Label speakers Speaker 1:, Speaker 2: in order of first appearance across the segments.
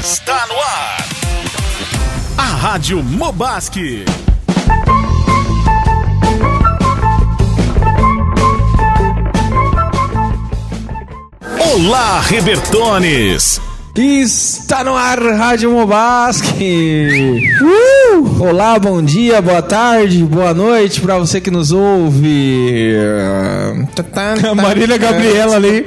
Speaker 1: Está no ar. A Rádio Mobasque. Olá, Rebertones.
Speaker 2: Está no ar Rádio Mobasque. Uh! Olá, bom dia, boa tarde, boa noite para você que nos ouve.
Speaker 3: A Marília Gabriela ali.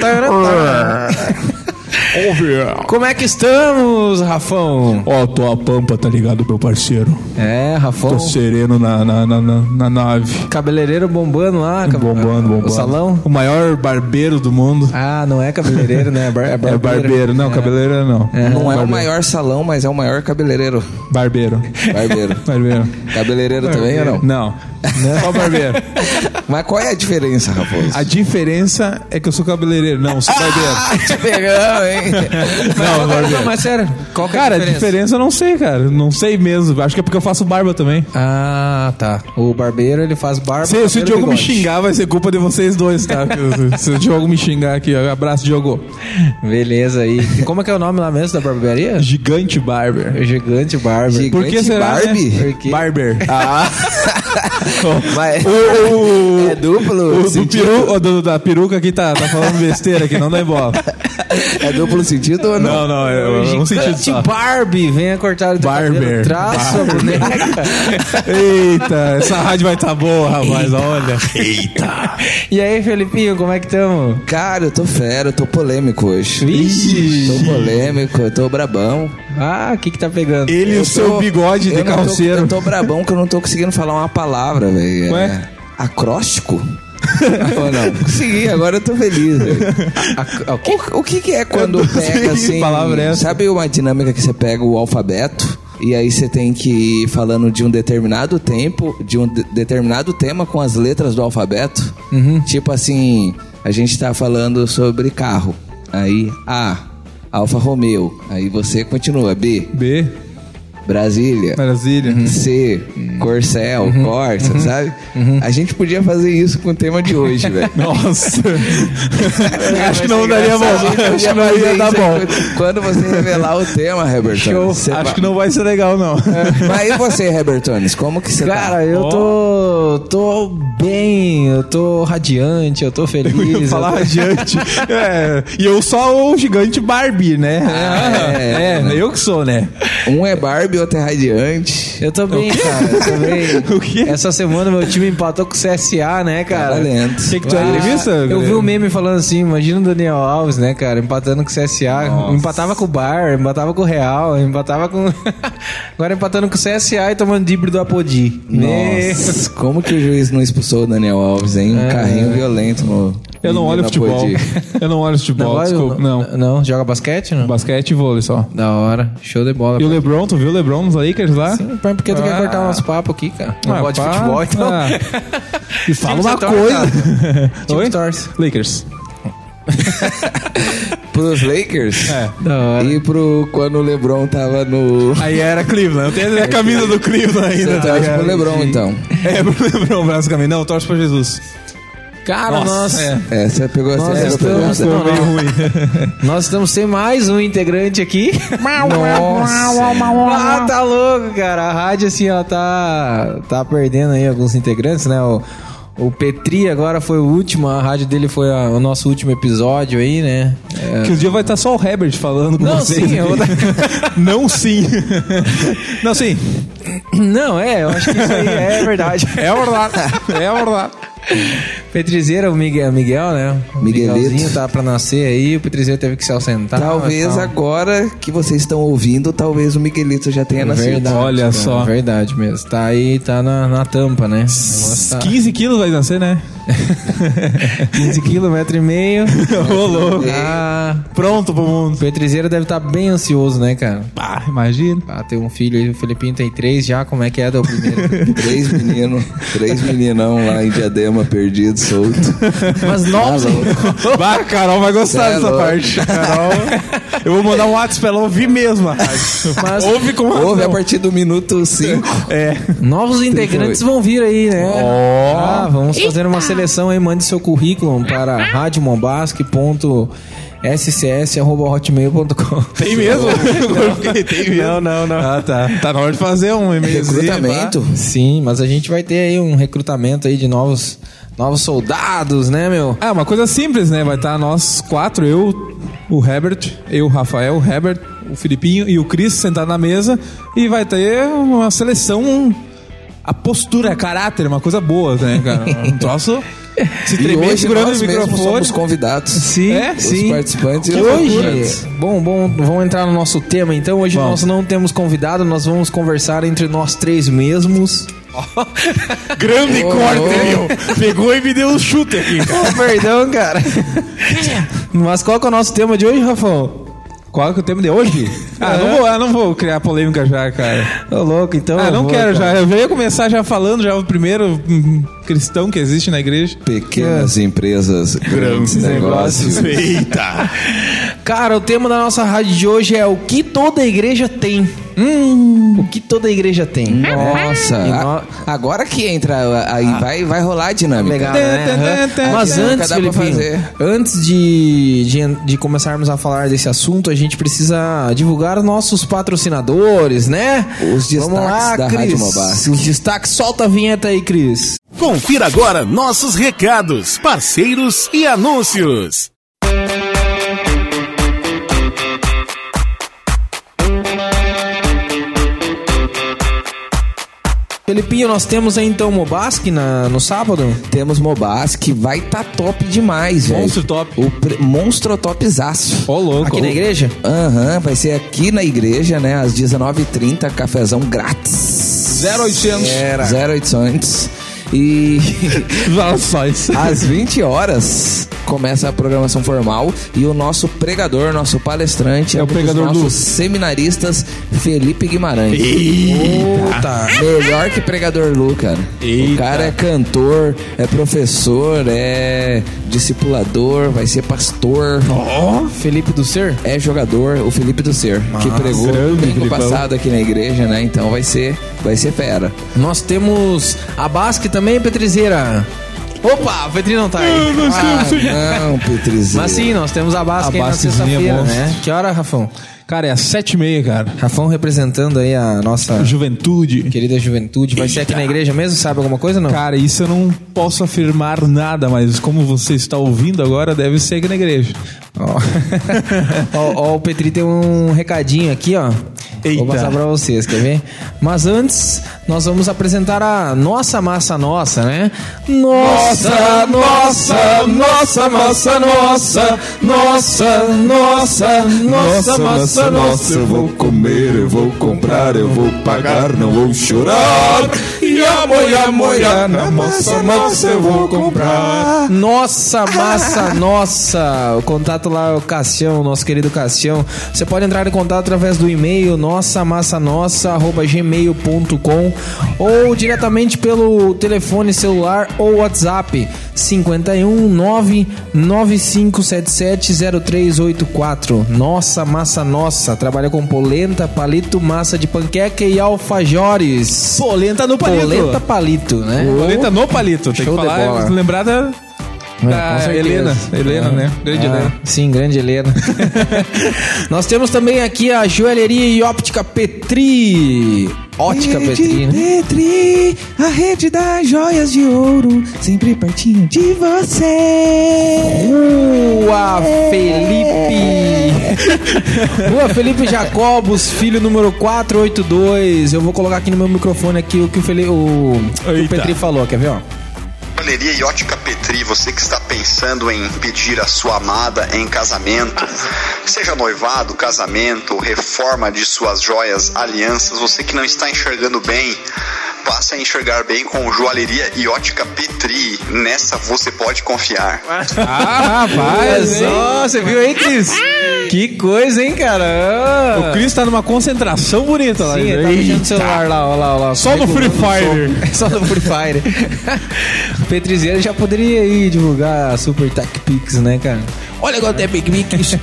Speaker 2: Como é que estamos, Rafão?
Speaker 3: Ó, tô a pampa, tá ligado, meu parceiro?
Speaker 2: É,
Speaker 3: Tô
Speaker 2: Rafão.
Speaker 3: sereno na, na, na, na- na nave.
Speaker 2: Cabeleireiro bombando lá, cab-
Speaker 3: Bombando, bombando.
Speaker 2: O salão?
Speaker 3: O maior barbeiro do mundo.
Speaker 2: Ah, não é cabeleireiro, né? É, bar-
Speaker 3: É barbeiro. Não, cabeleireiro não.
Speaker 4: Não é o
Speaker 3: Barbeiro.
Speaker 4: maior salão, mas é o maior cabeleireiro.
Speaker 3: Barbeiro.
Speaker 4: Barbeiro.
Speaker 3: Barbeiro.
Speaker 4: Cabeleireiro
Speaker 2: Tá
Speaker 4: também ou não?
Speaker 3: Não. é Só barbeiro.
Speaker 4: Mas qual é a diferença, Raposo?
Speaker 3: A diferença é que eu sou cabeleireiro. Não, sou barbeiro.
Speaker 4: te
Speaker 2: Tá
Speaker 4: pegamos, hein?
Speaker 3: Não, barbeiro.
Speaker 2: Não, mas sério, qual que é
Speaker 3: Cara,
Speaker 2: a
Speaker 3: a
Speaker 2: diferença?
Speaker 3: diferença eu não sei, cara. Não sei mesmo. Acho que é porque eu faço barba também.
Speaker 2: Ah, tá. O barbeiro, ele faz barba,
Speaker 3: Se, se o
Speaker 2: cabelo e
Speaker 3: Diogo me
Speaker 2: bigode.
Speaker 3: xingar, vai ser culpa de vocês dois, tá? Porque se o Diogo me xingar aqui, ó, abraço, Diogo.
Speaker 2: Beleza aí. E Como é que é o nome lá mesmo da barbearia?
Speaker 3: Gigante Barber.
Speaker 2: Gigante Barber.
Speaker 4: Gigante
Speaker 3: Por que será, né?
Speaker 4: Barbie?
Speaker 2: Porque-
Speaker 3: Barber.
Speaker 2: Ah.
Speaker 4: Mas
Speaker 3: O,
Speaker 4: é duplo
Speaker 3: o do
Speaker 4: sentido?
Speaker 3: peru, o do- da peruca aqui tá, tá falando besteira aqui, não dá bola.
Speaker 4: É duplo sentido ou
Speaker 3: Não,
Speaker 4: não?
Speaker 3: não, é, é um sentido
Speaker 2: Gigante
Speaker 3: só.
Speaker 2: Barbie, venha cortar o teu
Speaker 3: Barber.
Speaker 2: cabelo, traça a boneca.
Speaker 3: Eita, essa rádio vai tá boa, rapaz, olha.
Speaker 2: E aí, Felipinho, como é que estamos?
Speaker 4: Cara, eu tô fera, eu tô polêmico hoje.
Speaker 2: Ixi.
Speaker 4: Tô polêmico, eu tô brabão.
Speaker 2: Ah, o que que tá pegando?
Speaker 3: Ele e
Speaker 4: Eu
Speaker 3: o seu
Speaker 4: tô-
Speaker 3: bigode de
Speaker 4: eu não tô-
Speaker 3: calceiro.
Speaker 4: Eu tô brabão que eu não tô conseguindo falar uma palavra, velho.
Speaker 3: Ué?
Speaker 4: É Acróstico? Ou não? Consegui, agora eu tô feliz, velho.
Speaker 2: A- a- o que-
Speaker 4: O, o que, que é quando pega
Speaker 3: sei,
Speaker 4: assim.
Speaker 3: palavra é essa.
Speaker 4: Sabe uma dinâmica que você pega o alfabeto? E aí você tem que ir falando de um determinado tempo, de um de- determinado tema com as letras do alfabeto.
Speaker 3: Uhum.
Speaker 4: Tipo assim, a gente tá falando sobre carro. Aí A, Alfa Romeo. Aí você continua B,
Speaker 3: B,
Speaker 4: Brasília.
Speaker 3: Brasília.
Speaker 4: Uhum. C, Corcel,
Speaker 3: Uhum.
Speaker 4: Corsa, sabe? A gente podia fazer isso com o tema de hoje, velho.
Speaker 3: Nossa. Acho que não
Speaker 4: É, Vai ser
Speaker 3: daria bom.
Speaker 4: engraçado, a
Speaker 3: Acho
Speaker 4: gente
Speaker 3: que
Speaker 4: podia
Speaker 3: não ia
Speaker 4: fazer
Speaker 3: dar
Speaker 4: isso
Speaker 3: bom.
Speaker 4: aí quando- Quando você revelar o tema, Rebertones.
Speaker 3: Show.
Speaker 4: você
Speaker 3: Acho
Speaker 4: vai- É.
Speaker 3: que não vai ser legal, não.
Speaker 4: Mas e você, Rebertones? Como que você tá?
Speaker 2: Cara, eu tô, tô bem, eu tô radiante, eu tô feliz.
Speaker 3: Eu ia
Speaker 2: eu
Speaker 3: falar
Speaker 2: tô-
Speaker 3: radiante. É, e eu só o gigante Barbie, né?
Speaker 4: Ah,
Speaker 3: é,
Speaker 4: é,
Speaker 3: eu que sou, né?
Speaker 4: Um é Barbie, outro é Radiante.
Speaker 2: Eu tô bem, cara, eu tô bem.
Speaker 3: O quê?
Speaker 2: Essa semana meu time empatou com o CSA, né, cara?
Speaker 4: Tá lento.
Speaker 3: Tinha que ter
Speaker 2: Ah,
Speaker 3: uma entrevista?
Speaker 2: Eu
Speaker 3: galera?
Speaker 2: vi um meme falando assim, imagina o Daniel Alves, né, cara, empatando com o CSA, empatava com o Bar, empatava com o Real, empatava com... Agora empatando com o CSA e tomando drible do Apodi. Né? Meu.
Speaker 4: Nossa, como que o juiz não expulsou o Daniel Alves, hein?
Speaker 2: É.
Speaker 4: Um carrinho violento no.
Speaker 3: Eu não
Speaker 4: menino
Speaker 3: olho futebol.
Speaker 4: Apodi.
Speaker 3: Eu não olho futebol,
Speaker 2: vai,
Speaker 3: desculpa. Não.
Speaker 2: Não, joga basquete, não?
Speaker 3: Basquete e vôlei só.
Speaker 2: Da hora, show de bola.
Speaker 3: E o Lebron, tu viu o Lebron nos Lakers lá?
Speaker 2: Sim, mas Por que tu
Speaker 3: Ah.
Speaker 2: quer cortar o nosso papo aqui, cara? Não
Speaker 3: Ah,
Speaker 2: gosta de
Speaker 3: pá.
Speaker 2: futebol, então.
Speaker 3: Ah. E fala
Speaker 2: Time tá
Speaker 3: uma
Speaker 2: que torce,
Speaker 3: coisa.
Speaker 2: Time
Speaker 3: Oi?
Speaker 2: que torce.
Speaker 3: Lakers.
Speaker 4: Pros Lakers?
Speaker 3: É.
Speaker 2: Da hora.
Speaker 4: E pro quando o Lebron tava no.
Speaker 3: Aí era Cleveland. Eu
Speaker 2: É,
Speaker 3: tenho a camisa do Cleveland ainda,
Speaker 4: Você
Speaker 3: tá
Speaker 4: torce
Speaker 3: ligado?
Speaker 4: pro Lebron, então.
Speaker 3: É, pro Lebron, basicamente. Não, torce pra Jesus.
Speaker 2: Cara, nós,
Speaker 3: é.
Speaker 4: É, você pegou
Speaker 2: Nós
Speaker 4: essa
Speaker 2: estamos-
Speaker 4: pegada.
Speaker 3: Ficou
Speaker 2: Não, não.
Speaker 3: meio ruim.
Speaker 2: nós estamos sem mais um integrante aqui.
Speaker 4: Nossa.
Speaker 2: Ah, tá louco, cara. A rádio, assim, ela tá, tá perdendo aí alguns integrantes, né? O, o Petri agora foi o último, a rádio dele foi a- o nosso último episódio aí, né? É.
Speaker 3: Que um dia vai estar só o Herbert falando com
Speaker 2: Não,
Speaker 3: vocês.
Speaker 2: sim,
Speaker 3: aqui.
Speaker 2: eu vou
Speaker 3: Não sim. Não sim.
Speaker 2: Não, é, eu acho que isso aí é verdade.
Speaker 3: É verdade. É verdade.
Speaker 2: Petrizeira, o Miguel, Miguel né? O
Speaker 4: Miguelito.
Speaker 2: Miguelzinho tá pra nascer aí, o Petrizeira teve que se ausentar.
Speaker 4: Talvez
Speaker 2: mas tal.
Speaker 4: agora que vocês estão ouvindo, talvez o Miguelito já tenha nascido.
Speaker 2: É Verdade,
Speaker 3: Olha
Speaker 2: cara,
Speaker 3: só.
Speaker 2: Verdade mesmo. Tá aí, tá na, na tampa, né? O negócio tá
Speaker 3: 15 quilos vai nascer, né?
Speaker 2: 15 quilos, metro e meio.
Speaker 3: Ô, louco.
Speaker 2: Ah,
Speaker 3: Pronto pro
Speaker 2: o
Speaker 3: mundo.
Speaker 2: Petrizeira deve estar bem ansioso, né, cara?
Speaker 3: Pá, imagina.
Speaker 2: Ah, tem um filho aí, o Felipinho tem três já, como é que é do primeiro?
Speaker 4: Três meninos, três meninão lá em Diadema, perdido, solto.
Speaker 2: Mas nove.
Speaker 3: Bah, a Ah, Carol vai gostar
Speaker 4: Cê é
Speaker 3: dessa
Speaker 4: louco.
Speaker 3: parte. Carol. Eu vou mandar um WhatsApp pra ela ouvir mesmo. rapaz.
Speaker 2: Mas-
Speaker 3: Ouve com razão.
Speaker 4: Houve a partir do minuto cinco.
Speaker 3: É.
Speaker 2: Novos integrantes vão vir aí, né?
Speaker 3: Ó.
Speaker 2: Ah, vamos fazer uma seleção aí, mande seu currículo para radiomobasque.com scs.hotmail.com.
Speaker 3: Tem mesmo? Agora eu fiquei, tem mesmo.
Speaker 2: É, Não, não, não. Ah, tá.
Speaker 3: Tá na hora de fazer um e-mailzinho.
Speaker 4: Recrutamento?
Speaker 2: Sim, mas a gente vai ter aí um recrutamento aí de novos, novos soldados, né, meu?
Speaker 3: Ah, uma coisa simples, né? Vai estar nós quatro, eu, o Herbert, eu, o Rafael, o Herbert, o Filipinho e o Cris sentado na mesa. E vai ter uma seleção, a postura, caráter, uma coisa boa, né, cara? Um troço se
Speaker 4: E
Speaker 3: tremer
Speaker 4: hoje
Speaker 3: segurando
Speaker 4: nós
Speaker 3: o
Speaker 4: mesmos
Speaker 3: microfone.
Speaker 4: somos convidados.
Speaker 2: Sim,
Speaker 3: É? Os
Speaker 2: sim.
Speaker 4: participantes e os
Speaker 2: hoje,
Speaker 4: participantes.
Speaker 2: bom, bom, vamos entrar no nosso tema então. Hoje nós não temos convidado, nós vamos conversar entre nós três mesmos.
Speaker 1: Grande corte, meu. Pegou e me deu um chute aqui.
Speaker 2: Oh, perdão, cara. Mas qual que é o nosso tema de hoje, Rafão?
Speaker 3: Qual que é o tema de hoje? Ah,
Speaker 4: É?
Speaker 3: não vou, ah, não vou criar polêmica já, cara.
Speaker 2: Ô, louco, então.
Speaker 3: Ah,
Speaker 2: eu
Speaker 3: não
Speaker 2: vou,
Speaker 3: quero
Speaker 2: cara.
Speaker 3: já. Eu já ia começar já falando, já o primeiro hum, cristão que existe na igreja.
Speaker 4: Pequenas empresas, grandes negócios.
Speaker 1: Eita.
Speaker 2: Cara, o tema da nossa rádio de hoje é o que toda igreja tem. O que toda igreja tem.
Speaker 4: Hum. Nossa,
Speaker 2: E Ah.
Speaker 4: a- agora que entra, aí vai, vai rolar a dinâmica.
Speaker 2: Legal,
Speaker 3: Tã,
Speaker 2: né?
Speaker 3: tã, tã,
Speaker 2: Mas
Speaker 4: tã.
Speaker 2: antes,
Speaker 4: Dá pra
Speaker 2: Felipinho,
Speaker 4: fazer.
Speaker 2: antes de, de, de começarmos a falar desse assunto, a gente precisa divulgar os nossos patrocinadores, né?
Speaker 4: Os
Speaker 2: Vamos
Speaker 4: destaques
Speaker 2: lá,
Speaker 4: da
Speaker 2: Cris.
Speaker 4: Rádio Mobasque.
Speaker 2: Os destaques, solta a vinheta aí, Cris.
Speaker 1: Confira agora nossos recados, parceiros e anúncios.
Speaker 2: Felipinho, nós temos aí então Mobasque na, no sábado?
Speaker 4: Temos Mobas que vai tá top demais, velho.
Speaker 3: Monstro top.
Speaker 4: O pre... Monstro topzaço.
Speaker 3: Ô, louco.
Speaker 2: Aqui na igreja?
Speaker 4: Aham, vai ser aqui na igreja, né? Às 19h30, cafezão grátis.
Speaker 3: 0800.
Speaker 4: Era. 0800. E
Speaker 3: Valsóis.
Speaker 4: às 20 horas começa a programação formal e o nosso pregador, nosso palestrante,
Speaker 3: É o
Speaker 4: um dos
Speaker 3: pregador
Speaker 4: nossos
Speaker 3: do-
Speaker 4: seminaristas, Felipe Guimarães.
Speaker 2: Puta.
Speaker 4: Melhor que pregador Lu, cara. O
Speaker 3: Eita.
Speaker 4: cara é cantor, é professor, é discipulador, vai ser pastor.
Speaker 2: Felipe do Ser?
Speaker 4: É jogador, o Felipe do Ser, que pregou
Speaker 3: grande
Speaker 4: domingo
Speaker 3: Felipão.
Speaker 4: passado aqui na igreja, né? Então vai ser, vai ser fera.
Speaker 2: Nós temos a Basque também, Petrizeira. Opa, o Petri não tá aí. Ah,
Speaker 4: Não, Petrizinho.
Speaker 2: mas sim, nós temos a Basque
Speaker 3: A
Speaker 2: aí na
Speaker 3: Basquezinha
Speaker 2: sexta-feira,
Speaker 3: monstro.
Speaker 2: né? Que hora, Rafão?
Speaker 3: Cara, é às sete e meia, cara.
Speaker 2: Rafão representando aí a nossa
Speaker 3: Juventude.
Speaker 2: querida juventude. Vai ser aqui na igreja mesmo? Sabe alguma coisa não?
Speaker 3: Cara, isso eu não posso afirmar nada, mas como você está ouvindo agora, deve ser aqui na igreja.
Speaker 2: Ó. Ó, ó, o Petri tem um recadinho aqui, ó.
Speaker 3: Eita.
Speaker 2: Vou passar pra vocês, quer ver? Mas antes, nós vamos apresentar a nossa massa nossa, né? Nossa, nossa, nossa massa nossa, nossa, nossa, nossa massa nossa.
Speaker 5: eu vou comer, eu vou comprar, eu vou pagar, não vou chorar. E a moia, moia, na massa, nossa, eu vou comprar.
Speaker 2: Nossa massa nossa! O contato lá é o Cassião, nosso querido Cassião. Você pode entrar em contato através do e-mail nossamassa_nossa@gmail.com ou diretamente pelo telefone celular ou WhatsApp um, 51995770384. Nossa massa nossa trabalha com polenta, palito, massa de panqueca e alfajores.
Speaker 3: Polenta no
Speaker 2: Polenta palito, né?
Speaker 3: Polenta no palito. Tem
Speaker 2: Show
Speaker 3: que
Speaker 2: de
Speaker 3: falar,
Speaker 2: bola.
Speaker 3: lembrar da,
Speaker 4: É,
Speaker 3: da
Speaker 2: com certeza.
Speaker 3: tá, Helena. Helena,
Speaker 2: Ah.
Speaker 3: né? Grande
Speaker 2: Ah,
Speaker 3: Helena.
Speaker 2: Sim, grande Helena. Nós temos também aqui a joalheria e óptica Petri. Ótica Petri, né?
Speaker 4: Petri, a rede das joias de ouro, sempre pertinho de você.
Speaker 2: Rua
Speaker 4: É.
Speaker 2: Felipe. Rua Felipe Jacobos, filho número 482. Eu vou colocar aqui no meu microfone aqui o que o, Feli- o- o que o
Speaker 3: Eita.
Speaker 2: Petri falou, quer ver, ó?
Speaker 6: Joalheria e Ótica Petri, você que está pensando em pedir a sua amada em casamento, seja noivado, casamento, reforma de suas joias, alianças, você que não está enxergando bem, passe a enxergar bem com Joalheria e Ótica Petri. Nessa você pode confiar.
Speaker 3: Ah, rapaz. hein?
Speaker 2: você viu aí, Cris? Que coisa, hein, cara? Ah.
Speaker 3: O Cris tá numa concentração bonita lá. né?
Speaker 2: Sim, ele tá mexendo no celular lá, ó lá, é ó lá.
Speaker 3: Só no Free Fire.
Speaker 2: Só no Free Fire. Petrizeira já poderia aí divulgar a Super Tech Pix, né, cara? Olha agora o Tech Pix.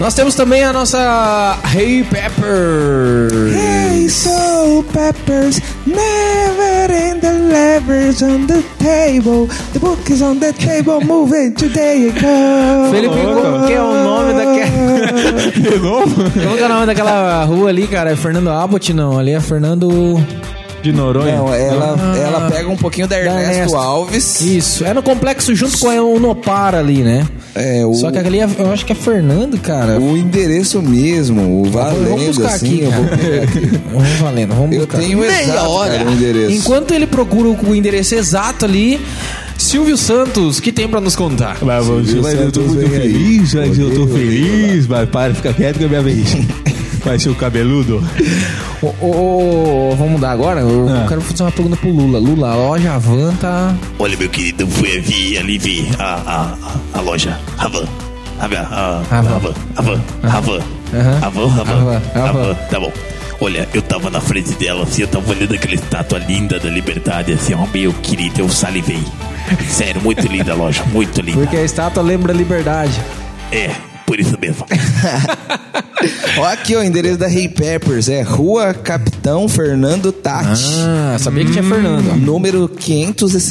Speaker 2: Nós temos também a nossa Hey Pepper.
Speaker 4: Hey, so peppers, never end the levers on the table, the book is on the table, move it today and go.
Speaker 2: Felipe, qual que é o nome daquela.
Speaker 3: De novo?
Speaker 2: Qual que é o nome daquela rua ali, cara? É Fernando Abbott, não. Ali é Fernando.
Speaker 3: De Noronha?
Speaker 4: Não, é. ela, ela pega um pouquinho da Ernesto,
Speaker 2: Ernesto.
Speaker 4: Alves.
Speaker 2: Isso. É no complexo junto com o Nopar ali, né?
Speaker 4: É, o,
Speaker 2: Só que ali é- eu acho que é Fernando, cara.
Speaker 4: o endereço mesmo, o valendo,
Speaker 2: buscar
Speaker 4: assim,
Speaker 2: aqui,
Speaker 4: eu vou
Speaker 2: cara.
Speaker 4: pegar aqui.
Speaker 2: Vamos valendo, vamos
Speaker 4: Eu
Speaker 2: buscar.
Speaker 4: tenho exato, cara, o endereço.
Speaker 2: Enquanto ele procura o endereço exato ali, Silvio Santos, que tem pra nos contar?
Speaker 3: Vai, vamos,
Speaker 5: Sim,
Speaker 3: Gil
Speaker 5: vai,
Speaker 3: Santos,
Speaker 5: eu tô muito
Speaker 3: vem aí.
Speaker 5: feliz, vai, Gil, eu tô
Speaker 3: Valeu,
Speaker 5: feliz. Vai, para, fica quieto que é minha vez. Vai, seu cabeludo.
Speaker 2: Ô, ô, ô, ô, vamos mudar agora? Eu
Speaker 5: Ah.
Speaker 2: quero fazer uma pergunta pro Lula. Lula, a loja Havan tá.
Speaker 7: Olha, meu querido, fui vi ali, vi a, a, a, a loja Havan. Havan, a-
Speaker 2: Havan.
Speaker 7: Havan, Havan, Havan,
Speaker 2: Aham.
Speaker 7: Havan,
Speaker 2: Havan,
Speaker 7: Havan,
Speaker 2: Havan.
Speaker 7: Havan, tá bom. Olha, eu tava na frente dela, assim, eu tava olhando aquela estátua linda da liberdade, assim, ó, meu querido, eu salivei. Sério, muito linda a loja, muito linda.
Speaker 2: Porque a estátua lembra a liberdade.
Speaker 7: É, por isso mesmo.
Speaker 4: Ó aqui, ó, o endereço da Hey Peppers, é Rua Capitão Fernando Tati.
Speaker 2: Ah, sabia que tinha
Speaker 4: Hum.
Speaker 2: Fernando. ó.
Speaker 4: Número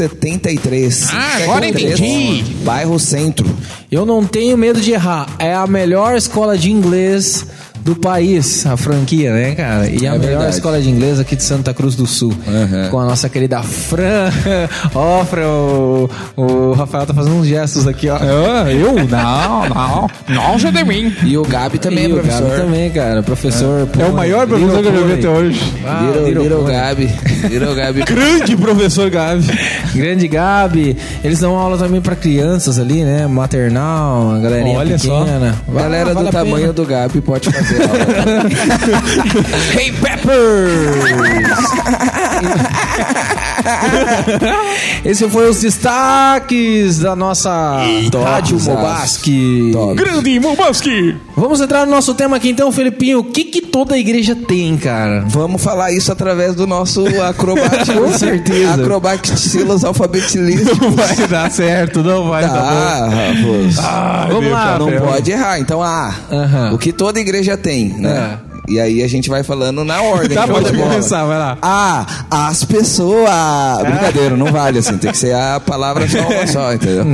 Speaker 4: 573.
Speaker 2: Ah, agora entendi.
Speaker 4: Bairro Centro.
Speaker 2: Eu não tenho medo de errar. É a melhor escola de inglês do país, a franquia, né, cara? E a
Speaker 3: É
Speaker 2: melhor
Speaker 4: verdade.
Speaker 2: escola de inglês aqui de Santa Cruz do Sul.
Speaker 4: Aham.
Speaker 2: Com a nossa querida Fran. Ó, Fran, o, o Rafael tá fazendo uns gestos aqui, ó.
Speaker 3: Ah, eu? Não, não. Não, já de mim.
Speaker 4: E o Gabi também
Speaker 2: E
Speaker 4: é
Speaker 2: o Gabi
Speaker 4: professor.
Speaker 2: também, cara. Professor.
Speaker 3: É o maior professor que eu já vi até hoje.
Speaker 2: Ah,
Speaker 4: Little, little, Gabi. Little Gabi.
Speaker 3: Grande professor Gavi.
Speaker 2: Grande Gabi. Eles dão aula também pra crianças ali, né? Maternal, a galerinha
Speaker 3: Olha só.
Speaker 2: pequena. Vai lá,
Speaker 4: Galera
Speaker 2: vale
Speaker 4: do
Speaker 2: a
Speaker 4: tamanho
Speaker 2: pena.
Speaker 4: do Gabi pode fazer aula.
Speaker 2: Hey Peppers! Esse foi os destaques da nossa Rádio Mobasque.
Speaker 4: Top.
Speaker 3: Grande Mubaski.
Speaker 2: Vamos entrar no nosso tema aqui então, Felipinho. O que, que toda igreja tem, cara?
Speaker 4: Vamos falar isso através do nosso acrobático.
Speaker 2: Com certeza.
Speaker 4: Acrobactilos alfabetilístico.
Speaker 3: Vai dar certo, não
Speaker 2: Tá.
Speaker 3: vai dar
Speaker 4: Ah, Raposo.
Speaker 3: bom.
Speaker 2: vamos
Speaker 3: meu,
Speaker 2: lá,
Speaker 3: tá, não
Speaker 2: Rafael.
Speaker 3: pode.
Speaker 4: Pode errar. Então, A.
Speaker 2: Aham.
Speaker 4: O que toda igreja tem, né? E aí a gente vai falando na ordem.
Speaker 3: Tá,
Speaker 4: Show
Speaker 3: pode
Speaker 4: de bola.
Speaker 3: começar, vai lá.
Speaker 4: A. As pessoas. Brincadeira, não vale assim. Tem que ser a palavra só uma só, entendeu?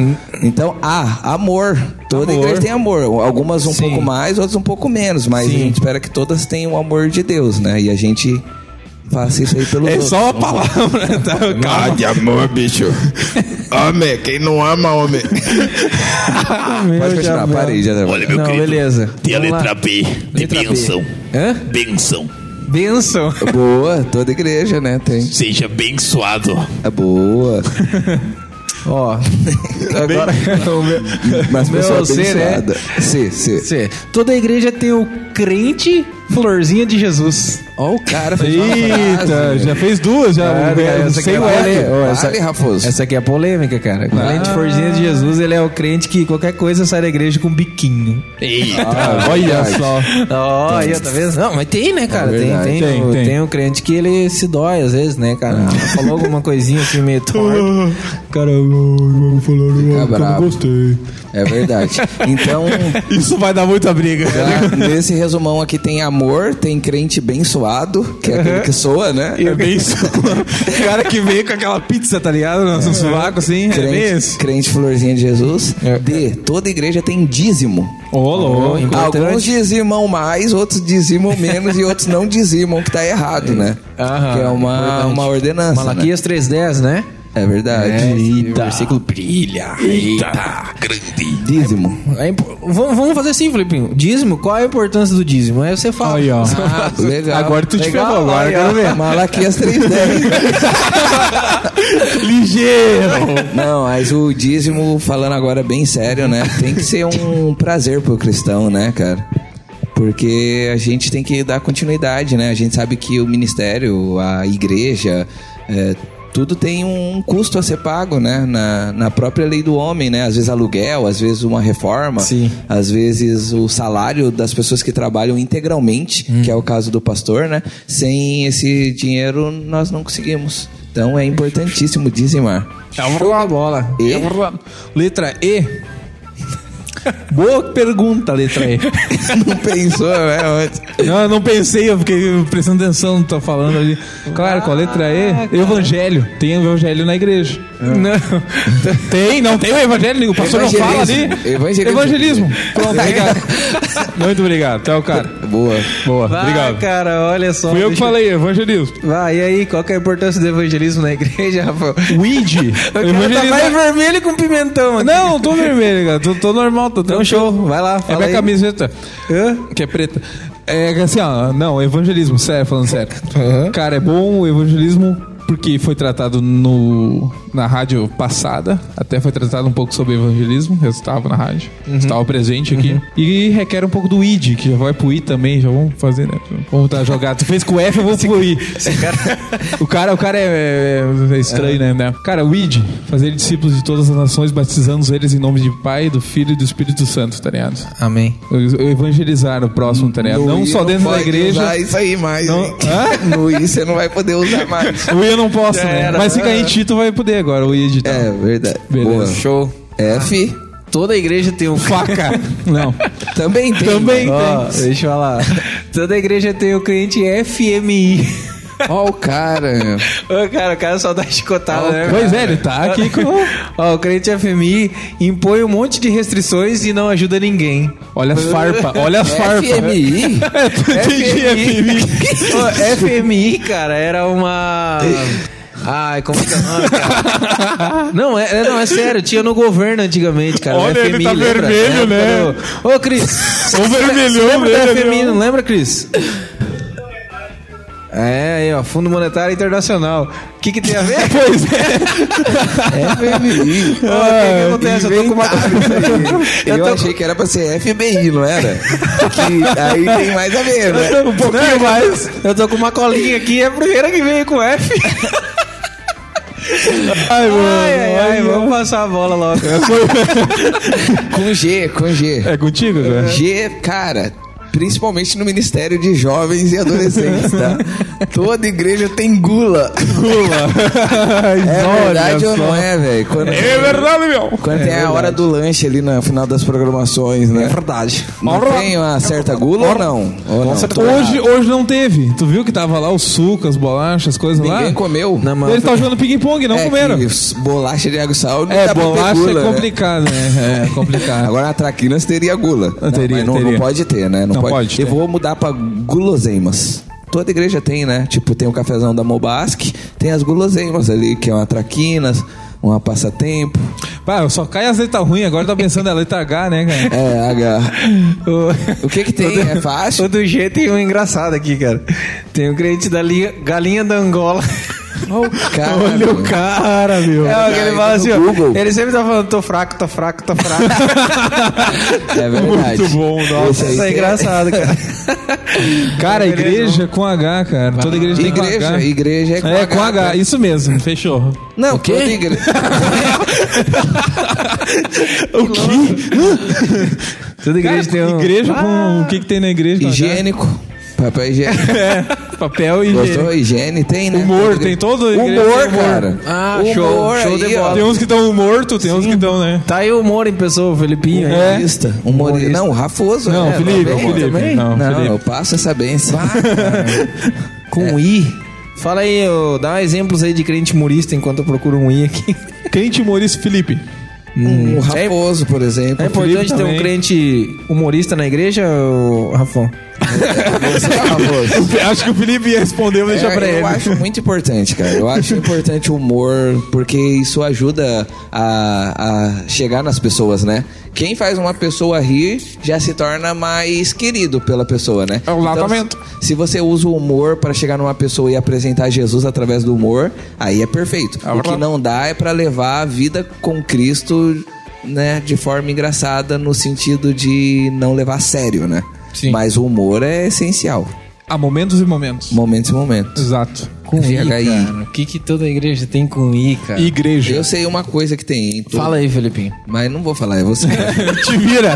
Speaker 4: Então, A. Amor. Toda
Speaker 3: Amor.
Speaker 4: igreja tem amor. Algumas um
Speaker 2: Sim.
Speaker 4: pouco mais, outras um pouco menos. Mas a gente espera que todas tenham o amor de Deus, né? E a gente faça isso aí pelo
Speaker 3: É
Speaker 4: outros.
Speaker 3: só a palavra, tá?
Speaker 5: Ah,
Speaker 3: Calma.
Speaker 5: de amor, bicho. Homem, quem não ama, homem.
Speaker 4: Pode continuar, parei. Já...
Speaker 7: Olha, meu
Speaker 2: Não,
Speaker 7: querido,
Speaker 2: beleza.
Speaker 7: tem a
Speaker 2: Vamos lá.
Speaker 7: letra B de
Speaker 2: Letra B.
Speaker 7: benção.
Speaker 2: Hã?
Speaker 7: Benção.
Speaker 2: Benção.
Speaker 4: Boa, toda igreja, né? Tem.
Speaker 7: Seja abençoado.
Speaker 4: É boa.
Speaker 2: Ó,
Speaker 4: Agora, mas é
Speaker 2: meu
Speaker 4: pessoa
Speaker 2: C, né?
Speaker 4: abençoada. C, C.
Speaker 2: cê, toda igreja tem o crente Florzinha de Jesus.
Speaker 4: Ó, o cara fez uma
Speaker 3: Eita,
Speaker 4: frase,
Speaker 3: já
Speaker 4: velho.
Speaker 3: fez duas, já. né?
Speaker 2: Cara, cara,
Speaker 3: Eu
Speaker 2: essa
Speaker 3: sei
Speaker 2: aqui
Speaker 3: o
Speaker 2: é
Speaker 3: L.
Speaker 2: polêmica. Ô, essa-
Speaker 4: Vale, Raposo.
Speaker 2: Essa aqui é a polêmica, cara. O crente Florzinha de Jesus, ele é o crente que qualquer coisa sai da igreja com um biquinho.
Speaker 7: Eita.
Speaker 3: Ah, Olha
Speaker 4: é verdade.
Speaker 3: só.
Speaker 2: Ó, aí, ó, tá vendo? Não, mas tem, né, cara?
Speaker 4: É
Speaker 2: tem,
Speaker 4: verdade.
Speaker 2: tem,
Speaker 3: Tem,
Speaker 2: o,
Speaker 3: tem.
Speaker 2: tem o crente que ele se dói às vezes, né, cara? Falou alguma coisinha assim meio torta.
Speaker 3: Cara, vamos falar um
Speaker 4: Fica bravo.
Speaker 3: gostei.
Speaker 4: É verdade. Então,
Speaker 3: Isso vai dar muita briga.
Speaker 4: já nesse resumão aqui tem amor, tem crente abençoado, que é aquele que soa, né?
Speaker 3: E é bem isso. O cara que veio com aquela pizza, tá ligado? No seu sovaco, assim. É bem
Speaker 4: Crente,
Speaker 3: esse.
Speaker 4: crente florzinha de Jesus.
Speaker 2: É.
Speaker 4: D. Toda igreja tem dízimo.
Speaker 3: Ô, louco.
Speaker 2: Importante.
Speaker 4: Alguns dizimam mais, outros dizimam menos e outros não dizimam, que tá errado, né?
Speaker 2: Aham,
Speaker 4: que é uma,
Speaker 2: importante.
Speaker 4: uma ordenança.
Speaker 2: É. Malaquias 3.10, né?
Speaker 4: né? É verdade.
Speaker 2: O versículo brilha.
Speaker 7: Eita. Grande.
Speaker 4: Dízimo.
Speaker 2: É impo- vamos, vamos fazer assim, Felipinho. Dízimo, qual é a importância do dízimo? Aí você fala.
Speaker 3: Aí, ó.
Speaker 4: Ah, legal.
Speaker 3: Agora tu te
Speaker 2: Legal,
Speaker 3: pegou, agora eu
Speaker 2: aí,
Speaker 3: quero
Speaker 2: ó.
Speaker 3: ver.
Speaker 4: Malaquias 310.
Speaker 3: Ligeiro!
Speaker 4: Não, mas o dízimo, falando agora bem sério, né? Tem que ser um prazer pro cristão, né, cara? Porque a gente tem que dar continuidade, né? A gente sabe que o ministério, a igreja, é, tudo tem um custo a ser pago, né? Na, na própria lei do homem, né? Às vezes aluguel, às vezes uma reforma,
Speaker 2: Sim.
Speaker 4: às vezes o salário das pessoas que trabalham integralmente, que é o caso do pastor, né? Sem esse dinheiro nós não conseguimos. Então é
Speaker 3: É
Speaker 4: importantíssimo dizimar.
Speaker 2: Show a bola.
Speaker 4: E
Speaker 3: Letra E. Boa pergunta, letra E.
Speaker 4: Não pensou, né? Ontem.
Speaker 3: Não, eu não pensei, eu fiquei prestando atenção no que tá falando ali. Claro, com a letra E, evangelho. Tem evangelho na igreja.
Speaker 2: É.
Speaker 3: Não. Tem, não tem o evangelho, o pastor não fala ali.
Speaker 4: Evangelismo. Evangelismo.
Speaker 3: Evangelismo. Pronto, obrigado. Muito obrigado. Até o cara.
Speaker 4: Boa.
Speaker 3: Boa,
Speaker 2: Vai,
Speaker 3: obrigado.
Speaker 2: cara, olha só.
Speaker 3: Fui eu que
Speaker 2: bicho.
Speaker 3: falei, evangelismo.
Speaker 2: Vai, e aí, qual que é a importância do evangelismo na igreja, Rafael?
Speaker 3: Weed.
Speaker 2: Evangelismo. Tá mais
Speaker 3: Evangelismo.
Speaker 2: vermelho com pimentão aqui.
Speaker 3: Não, não tô vermelho, cara. Tô, tô normal, tô
Speaker 2: Então,
Speaker 3: tranquilo.
Speaker 2: show, vai lá,
Speaker 3: É
Speaker 2: fala
Speaker 3: minha
Speaker 2: aí.
Speaker 3: camiseta.
Speaker 2: Hã?
Speaker 3: Que é preta. É assim, ó, não, evangelismo, sério, falando sério. Cara, é bom o evangelismo porque foi tratado no, na rádio passada, até foi tratado um pouco sobre evangelismo, eu estava na rádio, estava presente aqui. E requer um pouco do ID, que já vai pro I também, já vamos fazer, né? Vamos tá jogado. Tu fez com o F, eu vou pro I. o cara, o cara é, é- é estranho, né, né? Cara, o ID, fazer discípulos de todas as nações, batizando eles em nome de Pai, do Filho e do Espírito Santo, tá ligado?
Speaker 2: Amém.
Speaker 3: evangelizar o próximo, tá ligado? Não
Speaker 4: No I
Speaker 3: só
Speaker 4: não
Speaker 3: dentro da
Speaker 4: pode
Speaker 3: igreja.
Speaker 4: usar isso aí mais.
Speaker 3: Não-
Speaker 4: hein?
Speaker 3: Hã?
Speaker 4: No I você não vai poder usar mais.
Speaker 3: O I eu não posso, né?
Speaker 2: era.
Speaker 3: Mas se cair em ti, tu vai poder agora, o I editar.
Speaker 4: É, verdade.
Speaker 3: Beleza.
Speaker 4: Boa.
Speaker 2: Show.
Speaker 4: F
Speaker 2: Toda igreja tem um
Speaker 3: Faca. não.
Speaker 4: também tem.
Speaker 3: Também
Speaker 2: Ó, deixa eu falar. Toda igreja tem um o crente FMI.
Speaker 4: Ó o cara. meu.
Speaker 2: Ô, cara, o cara só dá chicotada, né?
Speaker 3: Pois é, ele tá aqui com...
Speaker 2: Ó, o crente FMI impõe um monte de restrições e não ajuda ninguém.
Speaker 3: Olha as farpa, olha as farpa.
Speaker 4: FMI?
Speaker 3: É, tu entendi, FMI.
Speaker 2: Ô, FMI, cara, era uma. Ai, como que é o nome, cara? Não, é, é- não, é sério, tinha no governo antigamente, cara.
Speaker 3: Olha,
Speaker 2: o
Speaker 3: ele
Speaker 2: FMI,
Speaker 3: tá
Speaker 2: lembra?
Speaker 3: vermelho,
Speaker 2: Na época
Speaker 3: né?
Speaker 2: do- Ô, Cris!
Speaker 3: O vermelhão, né?
Speaker 2: Lembra da
Speaker 3: velho.
Speaker 2: FMI, não lembra, Cris? É, aí, ó, Fundo Monetário Internacional. O que, que tem a ver?
Speaker 3: Pois é.
Speaker 4: FMI.
Speaker 2: Ô, O que, que acontece? Eu tô com uma.
Speaker 4: Eu,
Speaker 2: Eu tô-
Speaker 4: achei que era pra ser FBI, não era? que aí tem mais a ver, né?
Speaker 2: Um pouquinho mais. Eu tô com uma colinha aqui, é a primeira que veio com F.
Speaker 3: Ai, mano.
Speaker 2: Ai, ai, ai,
Speaker 3: olha.
Speaker 2: vamos passar a bola logo.
Speaker 4: Com G, com G.
Speaker 3: É contigo, cara?
Speaker 4: G, cara, principalmente no Ministério de Jovens e Adolescentes, tá? Toda igreja tem gula. É verdade ou não é, velho? Quando,
Speaker 3: É verdade, meu. É
Speaker 4: quando tem a hora do lanche ali no final das programações, né?
Speaker 2: Verdade.
Speaker 4: Não
Speaker 3: Hora-
Speaker 4: tem uma certa gula ou não? Ou não?
Speaker 3: Hoje, hoje não teve. Tu viu que tava lá o suco, as bolachas, as coisas lá?
Speaker 4: Ninguém comeu.
Speaker 2: Não, mas-
Speaker 3: Eles estavam jogando ping-pong, não
Speaker 4: É
Speaker 3: comeram.
Speaker 4: que s- Bolacha de água e sal não
Speaker 3: É,
Speaker 4: dá pra ter
Speaker 3: bolacha
Speaker 4: gula,
Speaker 3: é
Speaker 4: né?
Speaker 3: complicado, né? É complicado.
Speaker 4: Agora a traquinas teria gula. Não,
Speaker 3: teria,
Speaker 4: mas não,
Speaker 3: teria.
Speaker 4: não pode ter, né? Não,
Speaker 3: Não
Speaker 4: pode.
Speaker 3: pode
Speaker 4: Eu
Speaker 3: ter.
Speaker 4: vou mudar pra guloseimas. Toda igreja tem, né? Tipo, tem o cafezão da Mobasque, tem as guloseimas ali, que é uma traquinas, uma passatempo,
Speaker 3: Pá, só cai as letras ruins, agora tá pensando na letra H, né, cara?
Speaker 4: é, H.
Speaker 2: O,
Speaker 4: O que que tem? É fácil?
Speaker 2: o do G tem um engraçado aqui, cara. Tem um crente da linha, galinha da Angola.
Speaker 4: Caralho.
Speaker 2: cara, meu. É, o que ele
Speaker 4: Cara,
Speaker 2: fala
Speaker 4: isso
Speaker 2: assim,
Speaker 4: Tá no
Speaker 2: ó.
Speaker 4: Google.
Speaker 2: Ele sempre tá falando, tô fraco, tô fraco, tô fraco.
Speaker 4: É verdade.
Speaker 3: Muito bom,
Speaker 4: Esse
Speaker 3: nossa. Tá
Speaker 4: aí Tá
Speaker 2: Isso é
Speaker 4: tem-
Speaker 2: engraçado, cara.
Speaker 3: Cara, igreja com H, cara. Toda igreja tem com
Speaker 4: Igreja,
Speaker 3: H.
Speaker 4: igreja é com
Speaker 3: É, com H,
Speaker 4: cara.
Speaker 3: isso mesmo, fechou.
Speaker 4: Não, toda igreja.
Speaker 2: Toda igreja tem um...
Speaker 3: Igreja com.
Speaker 4: Ah.
Speaker 3: O que, que tem na igreja? com H?
Speaker 4: Higiênico, papel higiênico.
Speaker 3: Papel e
Speaker 4: Gostou?
Speaker 3: higiene.
Speaker 4: Higiene tem, né?
Speaker 3: É. Humor, tem todo
Speaker 4: Humor,
Speaker 3: igreja tem humor.
Speaker 4: cara.
Speaker 2: Ah, show, show de bola.
Speaker 4: ó.
Speaker 3: Tem uns que estão mortos, tem uns que estão, né?
Speaker 2: Tá aí o humor em pessoa, o Felipinho. aí.
Speaker 4: Humorista. Humorista. Não, Rafoso.
Speaker 3: um Não,
Speaker 4: né?
Speaker 3: Felipe,
Speaker 4: Também,
Speaker 3: Felipe,
Speaker 4: também.
Speaker 3: não,
Speaker 4: Não,
Speaker 3: Felipe.
Speaker 4: eu passo essa benção.
Speaker 2: Com um I. Fala aí, ô, dá exemplos aí de crente humorista enquanto eu procuro um I aqui.
Speaker 3: Crente Maurício Felipe.
Speaker 4: Um Rafoso, por exemplo.
Speaker 2: É importante ter um
Speaker 3: também.
Speaker 2: crente humorista na igreja, ô, Rafão?
Speaker 4: Você é Rafoso.
Speaker 3: Acho que o Felipe ia responder, eu vou deixar
Speaker 4: É,
Speaker 3: pra
Speaker 4: eu
Speaker 3: ele.
Speaker 4: acho muito importante, cara. Eu acho importante o humor, porque isso ajuda a, a chegar nas pessoas, né? Quem faz uma pessoa rir já se torna mais querido pela pessoa, né?
Speaker 3: É o
Speaker 4: Exatamente.
Speaker 3: lamento.
Speaker 4: se você usa o humor pra chegar numa pessoa e apresentar Jesus através do humor, aí é perfeito. O que não dá é pra levar a vida com Cristo, né, de forma engraçada, no sentido de não levar a sério, né?
Speaker 3: Sim.
Speaker 4: Mas o humor é essencial.
Speaker 3: Há momentos e momentos.
Speaker 4: Momentos e momentos.
Speaker 3: Exato.
Speaker 2: Com
Speaker 4: VHI.
Speaker 2: O que, que toda igreja tem com I, cara?
Speaker 3: Igreja.
Speaker 4: É. Eu sei uma coisa que tem, hein, tu-
Speaker 2: Fala aí, Felipinho.
Speaker 4: mas não vou falar, é você.
Speaker 3: Te vira.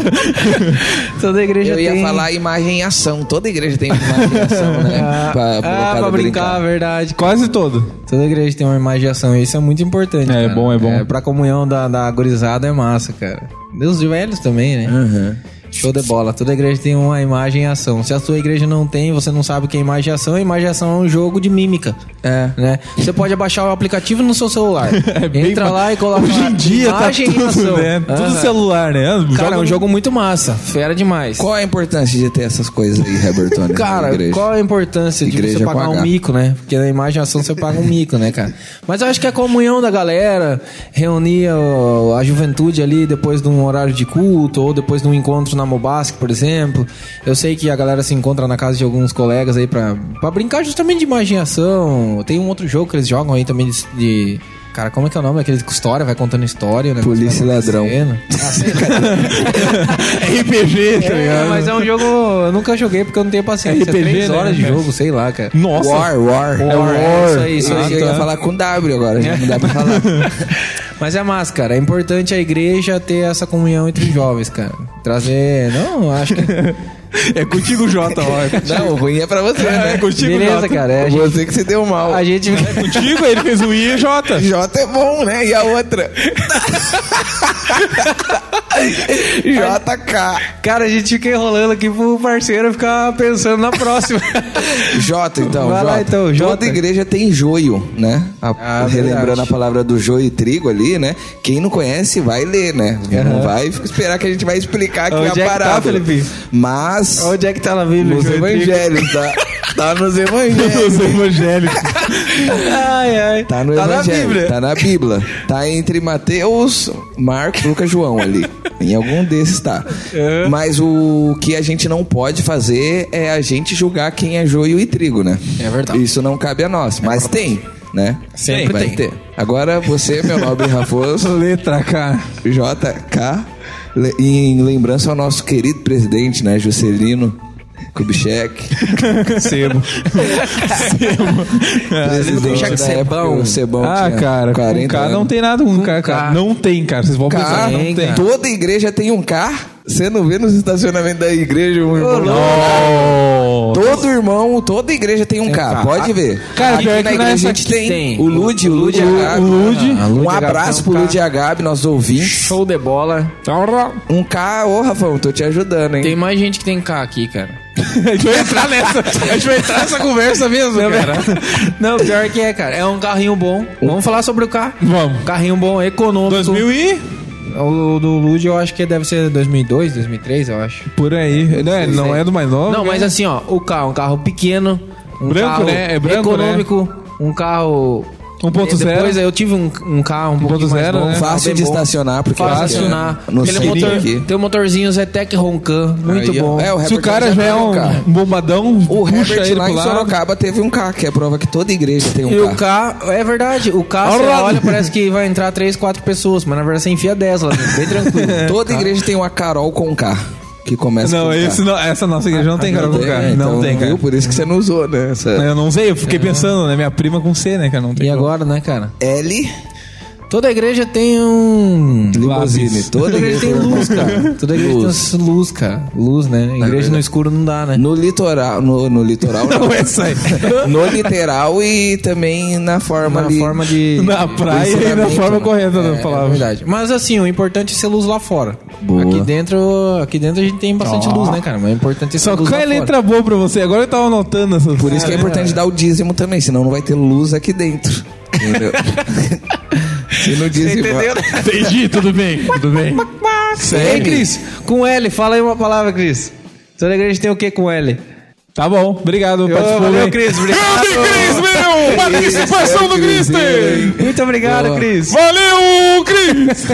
Speaker 2: Toda igreja
Speaker 4: Eu
Speaker 2: tem...
Speaker 4: ia falar imagem em ação. Toda igreja tem imagem em ação, né?
Speaker 2: Ah,
Speaker 4: Pra,
Speaker 2: ah,
Speaker 4: molecada
Speaker 2: pra brincar, verdade.
Speaker 3: Quase todo.
Speaker 2: Toda igreja tem uma imagem de ação, e isso é muito importante.
Speaker 3: É, é
Speaker 2: cara.
Speaker 3: bom, é bom.
Speaker 2: pra comunhão da, da gurizada é massa, cara. Os velhos também, né? Show de bola. Toda igreja tem uma imagem e ação. Se a sua igreja não tem, você não sabe o que é imagem e ação. A imagem e ação é um jogo de mímica. É. Né? Você pode baixar o aplicativo no seu celular.
Speaker 3: É bem
Speaker 2: Entra
Speaker 3: fa-
Speaker 2: lá e coloca
Speaker 3: Hoje
Speaker 2: lá,
Speaker 3: em dia tá
Speaker 2: imagem e
Speaker 3: tudo,
Speaker 2: ação.
Speaker 3: né? Tudo
Speaker 2: Aham.
Speaker 3: celular, né?
Speaker 2: Cara, é um jogo muito massa. Fera demais.
Speaker 4: Qual é a importância de ter essas coisas aí, Robertone?
Speaker 2: Cara, qual a importância de
Speaker 4: Igreja
Speaker 2: você
Speaker 4: com
Speaker 2: pagar
Speaker 4: H.
Speaker 2: um mico, né? Porque na imagem e ação você paga um mico, né, cara? Mas eu acho que a comunhão da galera, reunir ó, a juventude ali depois de um horário de culto ou depois de um encontro na Mobasc, por exemplo. Eu sei que a galera se encontra na casa de alguns colegas aí pra, pra brincar justamente de imagem e ação. Tem um outro jogo que eles jogam aí também de... de- Cara, como é que é o nome? Aquele com história, vai contando história, né?
Speaker 4: Polícia e ladrão.
Speaker 2: Ah, sei lá.
Speaker 3: RPG, tá
Speaker 2: É,
Speaker 3: ligado?
Speaker 2: mas é um jogo. Eu nunca joguei porque eu não tenho paciência.
Speaker 3: RPG,
Speaker 2: Três
Speaker 3: né,
Speaker 2: horas de
Speaker 3: cara?
Speaker 2: jogo, sei lá, cara.
Speaker 3: Nossa.
Speaker 4: War, war.
Speaker 2: É War, é isso aí, isso
Speaker 4: Isso
Speaker 2: aí.
Speaker 4: eu ia falar com W agora, já não dá pra falar.
Speaker 2: Mas é massa, cara. É importante a igreja ter essa comunhão entre os jovens, cara. Trazer. Não, acho que.
Speaker 3: É contigo, Jota, ó. É contigo,
Speaker 4: Não, o ruim é pra você,
Speaker 3: é,
Speaker 4: né?
Speaker 3: contigo
Speaker 2: Beleza,
Speaker 3: Jota.
Speaker 2: cara. É, a gente.
Speaker 4: Você que se deu mal.
Speaker 2: A gente...
Speaker 3: Contigo, ele fez o I e Jota.
Speaker 4: J é bom, né? E a outra? JK.
Speaker 2: Cara, a gente fica enrolando aqui pro parceiro ficar pensando na próxima.
Speaker 4: J, então.
Speaker 2: Vai lá,
Speaker 4: J.
Speaker 2: então,
Speaker 4: Toda
Speaker 2: Jota.
Speaker 4: igreja tem joio, né? A-
Speaker 2: Ah,
Speaker 4: relembrando
Speaker 2: verdade.
Speaker 4: a palavra do joio e trigo ali, né? Quem não conhece, vai ler, né? Não vai esperar que a gente vai explicar aqui
Speaker 2: Onde
Speaker 4: a
Speaker 2: é que tá,
Speaker 4: parábola.
Speaker 2: Felipe?
Speaker 4: Mas...
Speaker 2: Onde é que tá na Bíblia?
Speaker 4: Nos
Speaker 2: João Rodrigo?
Speaker 4: evangelhos, tá? Tá nos evangelhos.
Speaker 3: Os evangélicos.
Speaker 2: Ai, ai.
Speaker 4: Tá no
Speaker 2: na
Speaker 4: Evangelho,
Speaker 2: Bíblia.
Speaker 4: tá na Bíblia. Tá entre Mateus, Marcos, Lucas, João ali. Em algum desses tá.
Speaker 3: É.
Speaker 4: Mas o que a gente não pode fazer é a gente julgar quem é joio e trigo, né?
Speaker 2: É verdade. É.
Speaker 4: Isso não cabe a nós, mas tem, né?
Speaker 2: Sempre
Speaker 4: Vai
Speaker 2: tem.
Speaker 4: ter. Agora você, meu nobre Raposo,
Speaker 3: Letra, cara.
Speaker 4: JK, le- em lembrança ao nosso querido presidente, né, Juscelino Kubitschek.
Speaker 3: Sebo.
Speaker 4: presidente
Speaker 2: Kubitschek,
Speaker 4: da época,
Speaker 2: Sebão.
Speaker 4: o Sebão
Speaker 3: É, Ah,
Speaker 4: tinha
Speaker 3: cara, com
Speaker 4: 40
Speaker 3: K não
Speaker 4: anos.
Speaker 3: tem nada com K,
Speaker 2: K.
Speaker 3: cara. Não tem, cara. Vocês vão pensar,
Speaker 4: K,
Speaker 3: não
Speaker 2: tem,
Speaker 3: tem.
Speaker 2: cara.
Speaker 4: Toda igreja tem um K. Você não vê nos estacionamentos da igreja um irmão.
Speaker 3: Oh.
Speaker 4: Todo irmão, toda igreja tem um K,
Speaker 2: K.
Speaker 4: pode ver.
Speaker 3: Cara,
Speaker 4: Aqui
Speaker 3: pior
Speaker 4: na
Speaker 3: que
Speaker 4: igreja
Speaker 3: nessa
Speaker 4: a gente
Speaker 2: aqui
Speaker 4: tem.
Speaker 2: tem.
Speaker 4: O Lude, o Lude
Speaker 2: O- o
Speaker 4: Agabe.
Speaker 3: Lude.
Speaker 2: Ah, Lude
Speaker 4: Um
Speaker 2: Agabe
Speaker 4: abraço
Speaker 2: tem um
Speaker 4: pro
Speaker 2: K.
Speaker 4: Lude Agabe, nós ouvintes.
Speaker 2: Show de bola.
Speaker 4: Um K, ô Rafão, tô te ajudando, hein?
Speaker 2: Tem mais gente que tem K aqui, cara.
Speaker 3: A gente vai entrar nessa. A gente vai entrar nessa conversa mesmo, cara.
Speaker 2: Não, pior que é, cara. É um carrinho bom. Vamos falar sobre o carro.
Speaker 3: Vamos.
Speaker 2: Carrinho bom, econômico.
Speaker 3: 2000 e...
Speaker 2: O do Lude eu acho que deve ser 2002, 2003, eu acho.
Speaker 3: Por aí. Não, ele não é do mais novo.
Speaker 2: Não, mas assim, ó, o carro, um carro pequeno, um
Speaker 3: Branco,
Speaker 2: carro
Speaker 3: né? É branco, né?
Speaker 2: econômico, um carro
Speaker 3: 1.0.
Speaker 2: assim, Depois eu tive um, um carro um pouquinho mais
Speaker 3: 1.0,
Speaker 2: bom,
Speaker 3: né?
Speaker 4: Fácil
Speaker 2: bem
Speaker 4: de
Speaker 2: bom.
Speaker 4: estacionar, porque
Speaker 2: Fácil de
Speaker 4: é
Speaker 2: acionar.
Speaker 4: no
Speaker 2: Aquele
Speaker 4: centro
Speaker 2: motor,
Speaker 4: aqui.
Speaker 2: tem um motorzinho Zetec Roncan, muito
Speaker 4: Aí, ó.
Speaker 2: bom.
Speaker 4: É, o
Speaker 3: Se o
Speaker 4: Herbert
Speaker 3: cara já é
Speaker 4: tem
Speaker 3: um
Speaker 4: K.
Speaker 3: bombadão,
Speaker 4: O
Speaker 3: puxa
Speaker 4: Herbert
Speaker 3: ele
Speaker 4: lá
Speaker 3: pro
Speaker 4: em
Speaker 3: lado.
Speaker 4: Sorocaba teve um K, que é a prova que toda igreja tem um
Speaker 2: E
Speaker 4: K.
Speaker 2: o carro, é verdade, o carro, você
Speaker 3: Olha lá.
Speaker 2: olha, parece que vai entrar 3, 4 pessoas, mas na verdade você enfia 10 lá dentro, bem é tranquilo.
Speaker 4: Toda igreja tem uma Carol com K, que começa com um
Speaker 3: Não,
Speaker 4: K.
Speaker 3: esse não, essa nossa igreja não tem cara com
Speaker 4: tem,
Speaker 3: K.
Speaker 4: né?
Speaker 3: Não
Speaker 4: Então,
Speaker 3: tem, cara.
Speaker 4: viu? Por isso que você não usou, né? Essa
Speaker 3: Eu não sei, eu fiquei pensando, né? Minha prima com C, né, cara? Não tem
Speaker 2: E
Speaker 3: como.
Speaker 2: agora, né, cara?
Speaker 4: L
Speaker 2: Toda igreja tem um.
Speaker 4: Limousine.
Speaker 2: Toda igreja tem luz, cara. Toda igreja
Speaker 4: Luz.
Speaker 2: tem luz, cara. Luz, né? Igreja no escuro não dá, né?
Speaker 4: No litoral, no, no litoral, não.
Speaker 3: Não, essa aí.
Speaker 4: no literal e também na forma né?
Speaker 2: É Uma
Speaker 4: ali.
Speaker 2: forma de.
Speaker 3: Na praia e na forma correta da
Speaker 2: É
Speaker 3: palavra.
Speaker 2: verdade. Mas assim, o importante é ser luz lá fora.
Speaker 4: Boa.
Speaker 2: Aqui dentro, aqui dentro a gente tem bastante luz, né, cara? Mas o importante é ser
Speaker 3: Só
Speaker 2: luz lá
Speaker 3: cai letra boa pra você. Agora eu tava anotando essas
Speaker 4: Por isso que é importante dar o dízimo também, senão não vai ter luz aqui dentro. Entendeu? Se não dizimar.
Speaker 3: Entendi, tudo bem, tudo bem.
Speaker 2: fora. Ei, Cris, com L, fala aí uma palavra, Cris. Toda igreja tem o que com L?
Speaker 3: Tá bom, obrigado.
Speaker 2: Ô,
Speaker 3: participou
Speaker 2: valeu,
Speaker 3: bem.
Speaker 2: Cris. Obrigado.
Speaker 3: Cris, meu! Participação do Cris!
Speaker 2: Muito obrigado,
Speaker 4: Boa.
Speaker 2: Cris.
Speaker 3: Valeu, Cris!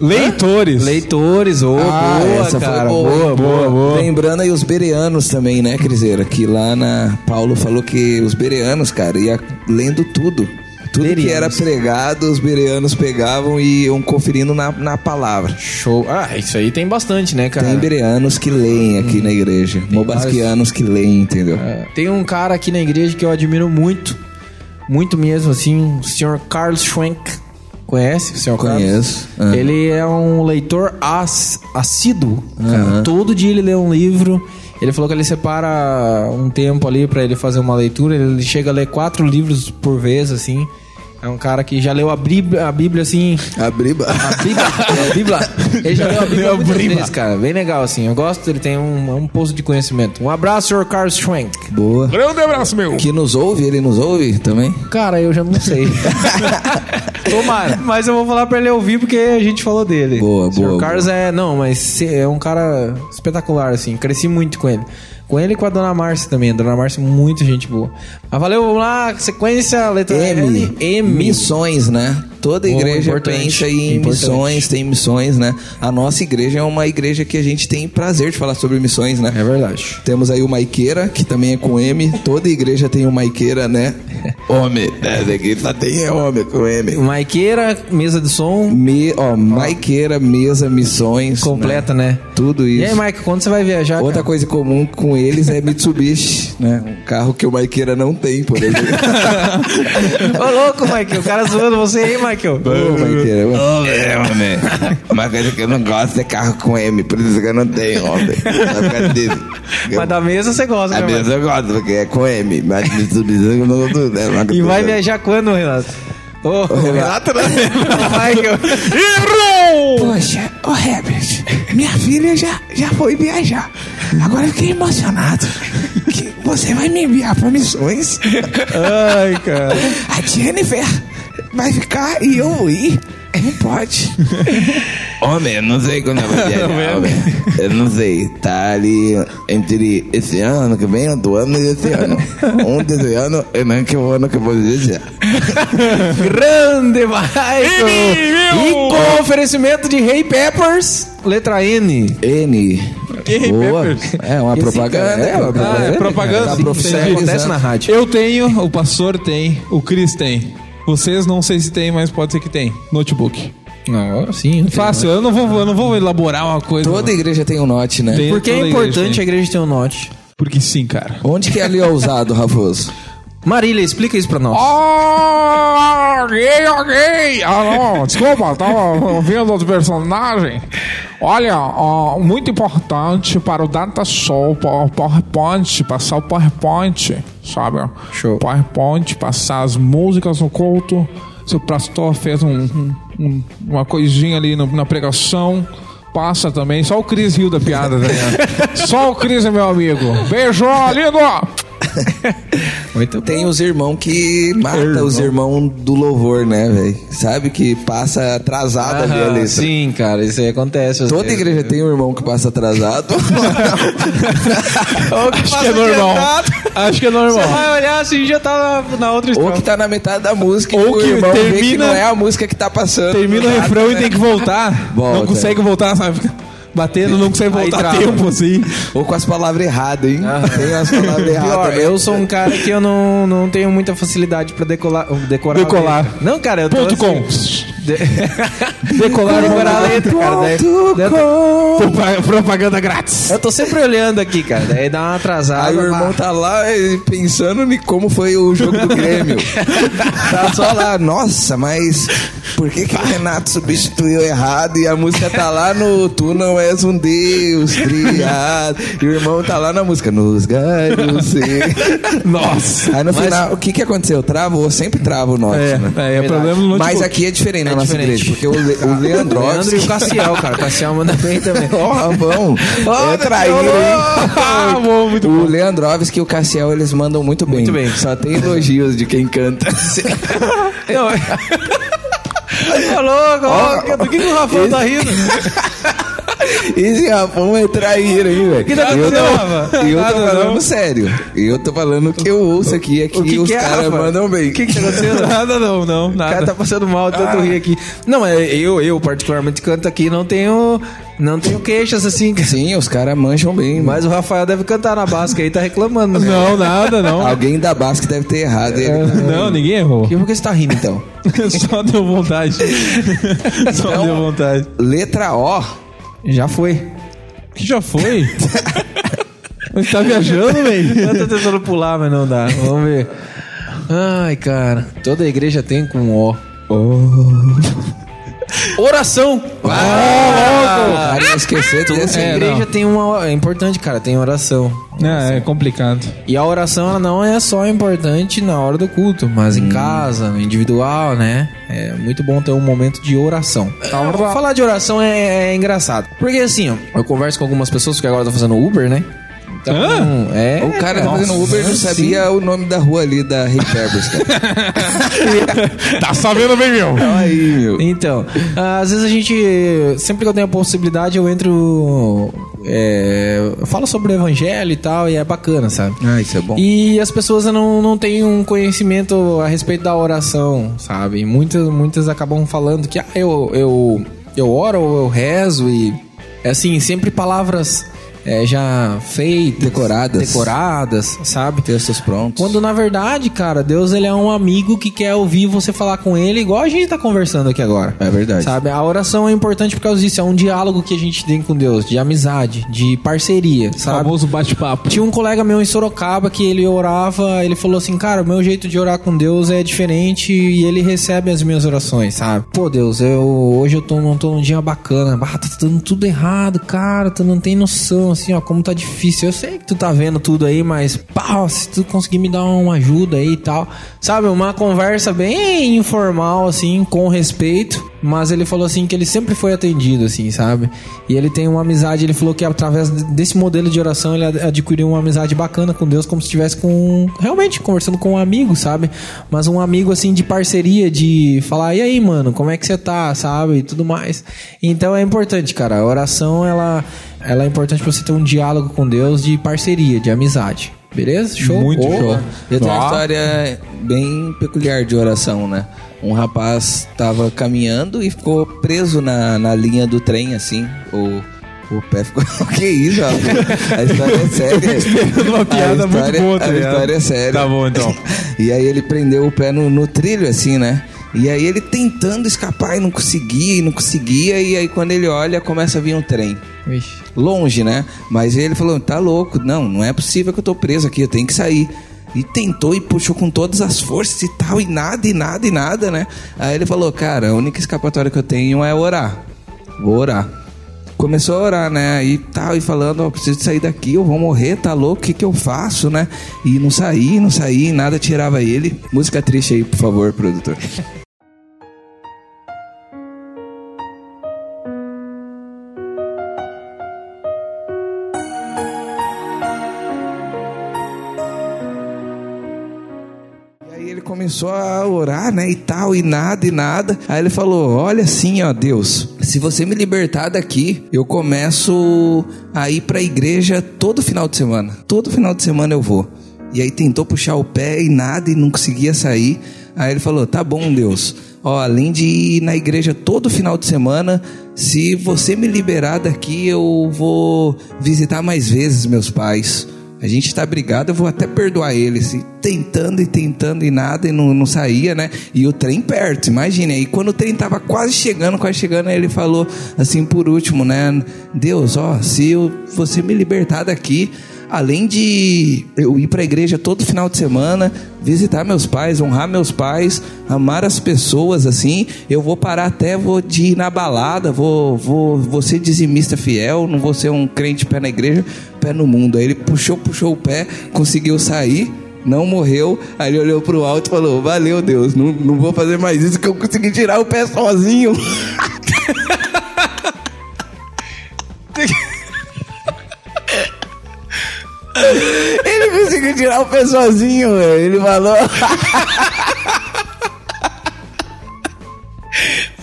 Speaker 3: Leitores.
Speaker 2: Leitores, ô,
Speaker 4: Ah,
Speaker 2: boa,
Speaker 4: essa foi
Speaker 2: cara.
Speaker 4: boa,
Speaker 2: boa,
Speaker 4: hein?
Speaker 3: boa, boa.
Speaker 4: Lembrando aí os bereanos também, né, Criseira? Que lá na. Paulo falou que os bereanos, cara, ia lendo tudo. Tudo que era
Speaker 2: Bereanos.
Speaker 4: pregado, os bereanos pegavam e iam conferindo na, na palavra.
Speaker 2: Show. Ah, isso aí tem bastante, né, cara? Hum.
Speaker 4: Tem bereanos que leem aqui na igreja. Mobasquianos que leem, entendeu?
Speaker 2: Tem um cara aqui na igreja que eu admiro muito, muito mesmo, assim, o senhor Carlos Schwenk. Conhece o senhor
Speaker 4: Conheço,
Speaker 2: Carlos?
Speaker 4: é.
Speaker 2: Ele é um leitor as- assíduo. cara. Todo dia ele lê um livro. Ele falou que ele separa um tempo ali pra ele fazer uma leitura. Ele chega a ler quatro livros por vez, assim. É um cara que já leu a Bíblia, a Bíblia assim.
Speaker 4: A briba.
Speaker 2: A Bíblia, a Bíblia. Ele já leu a Bíblia muitas vezes, cara. Bem legal, assim. Eu gosto, ele tem um, um poço de conhecimento. Um abraço, senhor Carlos Schwenk.
Speaker 4: Boa.
Speaker 1: Grande abraço, meu.
Speaker 4: Que nos ouve, ele nos ouve também.
Speaker 2: Cara, eu já não sei. Tomara. Mas eu vou falar pra ele ouvir porque a gente falou dele.
Speaker 4: Boa,
Speaker 2: O senhor
Speaker 4: boa,
Speaker 2: Carlos é. Não, mas se- é um cara espetacular, assim. Cresci muito com ele. Com ele e com a dona Márcia também. A dona Márcia, é muito gente boa. Mas valeu, vamos lá. Sequência, letra
Speaker 4: M,
Speaker 2: L, M.
Speaker 4: Ah, é? Missões, né? Toda
Speaker 2: Boa,
Speaker 4: igreja
Speaker 2: importante,
Speaker 4: pensa em
Speaker 2: importante.
Speaker 4: missões, tem missões, né? A nossa igreja é uma igreja que a gente tem prazer de falar sobre missões, né?
Speaker 2: É verdade.
Speaker 4: Temos aí o Maiqueira, que também é com M. Toda igreja tem o Maiqueira, né? Homem. É, da igreja tem é homem com M.
Speaker 2: Maiqueira, mesa de som.
Speaker 4: Me, ó, Maiqueira, mesa, missões. né?
Speaker 2: Completa, né?
Speaker 4: Tudo isso.
Speaker 2: E aí, Mike, quando você vai viajar?
Speaker 4: Outra
Speaker 2: cara?
Speaker 4: coisa comum com eles é Mitsubishi, né? Um carro que o Maiqueira não tem, por exemplo.
Speaker 2: Ô, louco, Mike, o cara zoando você aí, Michael.
Speaker 4: Ô, Maiqueira, ô.
Speaker 5: É, homem. Uma coisa que eu não gosto é carro com M, por isso que eu não tenho, homem. Por causa disso.
Speaker 2: Mas da mesa você gosta,
Speaker 5: A
Speaker 2: né, Mike?
Speaker 5: mesa eu gosto, porque é com M, mas Mitsubishi eu não gosto, né? Mas
Speaker 2: E vai
Speaker 5: eu-
Speaker 2: viajar quando, Renato? Ô, Renato, né? Michael.
Speaker 4: Poxa, ô Herbert, minha filha já, já foi viajar. Agora eu fiquei emocionado que você vai me enviar para missões.
Speaker 2: Ai, cara.
Speaker 4: A Jennifer vai ficar e eu vou ir. Não pode.
Speaker 5: Homem, eu não sei quando eu vou viajar, homem. Eu não sei. Tá ali entre esse ano, ano que vem, outro ano e esse ano. Um desse ano, eu não que o ano que eu vou viajar.
Speaker 2: Grande, Michael. E com oferecimento de Hey Peppers, letra N.
Speaker 4: N. Boa. É uma
Speaker 2: né?
Speaker 4: propaganda. É uma
Speaker 3: Ah, é
Speaker 4: propaganda.
Speaker 3: propaganda.
Speaker 4: Tá
Speaker 3: sim,
Speaker 4: profissionalizando.
Speaker 3: entendi.
Speaker 2: Acontece na rádio.
Speaker 3: Eu tenho, o pastor tem, o Cris tem. Vocês não sei se tem, mas pode ser que tem. Notebook.
Speaker 2: Não, sim.
Speaker 3: Fácil, eu não vou, eu não vou elaborar uma coisa.
Speaker 4: Toda igreja tem um note, né?
Speaker 3: Tem,
Speaker 2: Porque é
Speaker 3: toda
Speaker 2: importante
Speaker 3: igreja
Speaker 2: a igreja ter um note.
Speaker 3: tem. Porque sim, cara.
Speaker 4: Onde que é ali ousado, Rafoso?
Speaker 2: Marília, explica isso pra nós.
Speaker 3: Ah, ok, ok. Ah, não, desculpa, tava ouvindo outro personagem. Olha, ó, muito importante para o data show, pa- PowerPoint, passar o PowerPoint, sabe?
Speaker 2: Show.
Speaker 3: PowerPoint, passar as músicas no culto. Se o pastor fez um- um- um- uma coisinha ali no- na pregação, passa também. Só o Cris riu da piada, tá ligado? Só o Cris é meu amigo. Beijo, lindo!
Speaker 4: Tem os irmãos que mata os irmãos do louvor, né, velho? Sabe que passa atrasado ali a
Speaker 2: Aham,
Speaker 4: letra.
Speaker 2: Ah, sim, cara, isso aí acontece. às
Speaker 4: Ah, Toda
Speaker 2: vezes.
Speaker 4: igreja tem um irmão que passa atrasado.
Speaker 3: Acho que é normal. Acho que é
Speaker 2: Você
Speaker 3: normal.
Speaker 2: vai olhar assim já tá na, na outra
Speaker 4: ou
Speaker 2: estrofe.
Speaker 4: que tá na metade da música
Speaker 3: Ou
Speaker 4: e o
Speaker 3: que
Speaker 4: irmão vê que
Speaker 3: termina-
Speaker 4: não é a música que tá passando.
Speaker 3: Termina o refrão
Speaker 4: né?
Speaker 3: e tem que voltar.
Speaker 4: Volta.
Speaker 3: Não consegue voltar, sabe? Fica Batendo, não consegue
Speaker 2: Aí
Speaker 3: voltar a
Speaker 2: trava.
Speaker 3: tempo, assim.
Speaker 4: Ou com as palavras erradas, hein? Tem as palavras
Speaker 2: Pior,
Speaker 3: é
Speaker 4: erradas. né?
Speaker 2: eu sou um cara que eu não, não tenho muita facilidade pra decolar, decorar. a
Speaker 3: Decolar.
Speaker 2: letra. Não, cara, eu tô.
Speaker 3: Ponto com.
Speaker 2: assim, de- decolar decorar a
Speaker 4: é
Speaker 2: letra, cara. daí- daí eu tô-
Speaker 3: Propa- Propaganda grátis.
Speaker 2: Eu tô sempre olhando aqui, cara. Daí dá uma atrasada.
Speaker 4: Aí o irmão tá lá eh, pensando em como foi o jogo do Grêmio. tá só lá, nossa, mas por que, que o Renato substituiu errado e a música tá lá no Tu não és um Deus criado? E o irmão tá lá na música, nos galhos. sim.
Speaker 3: Nossa.
Speaker 4: Aí no final, o que que aconteceu? Travo? Eu sempre travo o note, né?
Speaker 3: É, é, problema no
Speaker 4: Mas
Speaker 3: notebook.
Speaker 4: aqui é diferente na nossa igreja,
Speaker 2: diferente.
Speaker 4: porque o, Le, o Leandro...
Speaker 2: O Leandro e o Cassiel, cara. O Cassiel manda bem também.
Speaker 4: Ó, Rabão. Ó, traíra,
Speaker 3: Ah,
Speaker 4: hein?
Speaker 3: bom, muito
Speaker 4: O Leandrovski e o Cassiel, eles mandam muito bem.
Speaker 2: Muito bem.
Speaker 4: Só tem elogios de quem canta.
Speaker 2: Não. Ô, louco, louco, do que, que o Rafael tá rindo?
Speaker 4: Esse Rafão é traíra, hein, velho? O
Speaker 2: que tá acontecendo, Rafa?
Speaker 4: Eu tô
Speaker 2: Nada,
Speaker 4: falando
Speaker 2: não.
Speaker 4: sério. Eu tô falando o que eu ouço aqui, é que,
Speaker 2: que
Speaker 4: os
Speaker 2: que é,
Speaker 4: caras
Speaker 2: Rafa?
Speaker 4: mandam bem.
Speaker 2: O que, que tá acontecendo?
Speaker 3: Nada não, não,
Speaker 2: O cara
Speaker 3: nada.
Speaker 2: tá passando mal, de tanto rir aqui. Não, é, eu, eu particularmente canto aqui, não tenho, não tenho queixas assim.
Speaker 4: Sim, os caras mancham bem. Mas...
Speaker 2: Mas o Rafael deve cantar na basca aí, tá reclamando. né?
Speaker 3: Não, nada, não.
Speaker 4: Alguém da Basque deve ter errado.
Speaker 2: É.
Speaker 4: Ele... tá
Speaker 3: Não, ninguém errou.
Speaker 2: E por que você tá rindo então?
Speaker 3: Só deu vontade. Só deu vontade.
Speaker 4: Letra O.
Speaker 2: Já foi.
Speaker 3: Que já foi? Você tá viajando, velho?
Speaker 2: Eu tô tá tentando pular, mas não dá. Ah, Vamos ver. um Oh. Ai, cara. Toda igreja tem com O.
Speaker 3: Oração.
Speaker 4: Ah, É. ia esquecer desse.
Speaker 2: a igreja tem uma. É importante, cara, tem oração.
Speaker 3: É, é complicado.
Speaker 2: E a oração ela não é só importante na hora do culto, mas
Speaker 4: Hum.
Speaker 2: em casa, no individual, né? É muito bom ter um momento de oração.
Speaker 4: Tá,
Speaker 2: Falar de oração é, é engraçado. Porque assim, ó, eu converso com algumas pessoas que agora estão fazendo Uber, né? Então, é.
Speaker 4: O cara tá fazendo Uber e não sabia o nome da rua ali da Rei Peppers, cara.
Speaker 3: Tá sabendo bem, meu.
Speaker 4: Aí, meu.
Speaker 2: Então, às vezes a gente. Sempre que eu tenho a possibilidade, eu entro. É, eu falo sobre o evangelho e tal, e é bacana, sabe?
Speaker 4: Ah, isso é bom.
Speaker 2: E as pessoas não, não têm um conhecimento a respeito da oração, sabe? E muitas, muitas acabam falando que ah, eu, eu, eu oro ou eu rezo e é assim, sempre palavras é, já feitas,
Speaker 4: Decoradas.
Speaker 2: decoradas, sabe?
Speaker 4: Textos prontos.
Speaker 2: Quando na verdade, cara, Deus ele é um amigo que quer ouvir você falar com ele, igual a gente tá conversando aqui agora.
Speaker 4: É verdade.
Speaker 2: Sabe? A oração é importante por causa disso, é um diálogo que a gente tem com Deus, de amizade, de parceria, sabe?
Speaker 3: Famoso bate-papo.
Speaker 2: Tinha um colega meu em Sorocaba que ele orava, ele falou assim, cara, o meu jeito de orar com Deus é diferente e ele recebe as minhas orações, sabe? Pô, Deus, eu hoje eu tô, não tô num dia bacana, bah, tá dando tudo errado, cara, tu não tem noção, assim, ó, como tá difícil. Eu sei que tu tá vendo tudo aí, mas, pá, se tu conseguir me dar uma ajuda aí e tal. Sabe, uma conversa bem informal, assim, com respeito. Mas ele falou assim que ele sempre foi atendido, assim, sabe? E ele tem uma amizade, ele falou que através desse modelo de oração ele ad- adquiriu uma amizade bacana com Deus, como se estivesse com. Realmente conversando com um amigo, sabe? Mas um amigo assim de parceria, de falar, e aí, mano, como é que você tá, sabe? E tudo mais. Então é importante, cara. A oração ela, ela é importante pra você ter um diálogo com Deus de parceria, de amizade. Beleza? Show?
Speaker 3: Muito
Speaker 2: Opa.
Speaker 3: show.
Speaker 4: Eu tenho uma
Speaker 3: Ó.
Speaker 4: história bem peculiar de oração, né? Um rapaz tava caminhando e ficou preso na, na linha do trem, assim. O, o pé ficou. que isso, rapaz? A história é séria.
Speaker 3: Uma piada
Speaker 4: a
Speaker 3: muito
Speaker 4: história,
Speaker 3: boa, tá
Speaker 4: A
Speaker 3: ligado?
Speaker 4: história é séria.
Speaker 3: Tá bom, então.
Speaker 4: E aí ele prendeu o pé no, no trilho, assim, né? E aí ele tentando escapar e não conseguia, e não conseguia. E aí quando ele olha, começa a vir um trem
Speaker 2: Vixe.
Speaker 4: longe, né? Mas ele falou: tá louco, não, não é possível que eu tô preso aqui, eu tenho que sair. E tentou e puxou com todas as forças e tal, e nada, e nada, e nada, né? Aí ele falou: cara, a única escapatória que eu tenho é orar. Vou orar. Começou a orar, né? E tal, e falando: ó, preciso sair daqui, eu vou morrer, tá louco, o que, que eu faço, né? E não saí, não saí, nada tirava ele. Música triste aí, por favor, produtor. E Aí ele começou a orar, né, e tal, e nada, e nada. Aí ele falou: Olha assim, ó Deus, se você me libertar daqui, eu começo a ir pra igreja todo final de semana. Todo final de semana eu vou. E aí tentou puxar o pé e nada, e não conseguia sair. Aí ele falou: Tá bom, Deus. Ó, além de ir na igreja todo final de semana, se você me liberar daqui, eu vou visitar mais vezes meus pais. A gente tá brigado, eu vou até perdoar eles. E tentando e tentando e nada, e não, não saía, né? E o trem perto, imagine. E quando o trem tava quase chegando, quase chegando, aí ele falou assim por último, né? Deus, ó, se eu, você me libertar daqui, além de eu ir pra igreja todo final de semana, visitar meus pais, honrar meus pais, amar as pessoas, assim, eu vou parar até, vou de ir na balada, vou, vou, vou ser dizimista fiel, não vou ser um crente pé na igreja, pé no mundo. Aí ele puxou, puxou o pé, conseguiu sair, não morreu. Aí ele olhou pro alto e falou: Valeu, Deus, não, não vou fazer mais isso que eu consegui tirar o pé sozinho. ele conseguiu tirar o pé sozinho, velho. ele falou.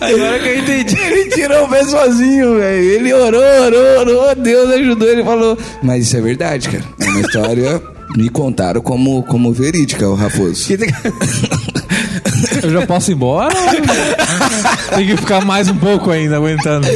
Speaker 4: Agora que eu entendi. Ele tirou o pé sozinho, velho. Ele orou, orou, orou. Deus ajudou. Ele falou. Mas isso é verdade, cara. É uma história. Me contaram como, como verídica, o Raposo.
Speaker 3: Eu já posso ir embora? Tem que ficar mais um pouco ainda aguentando.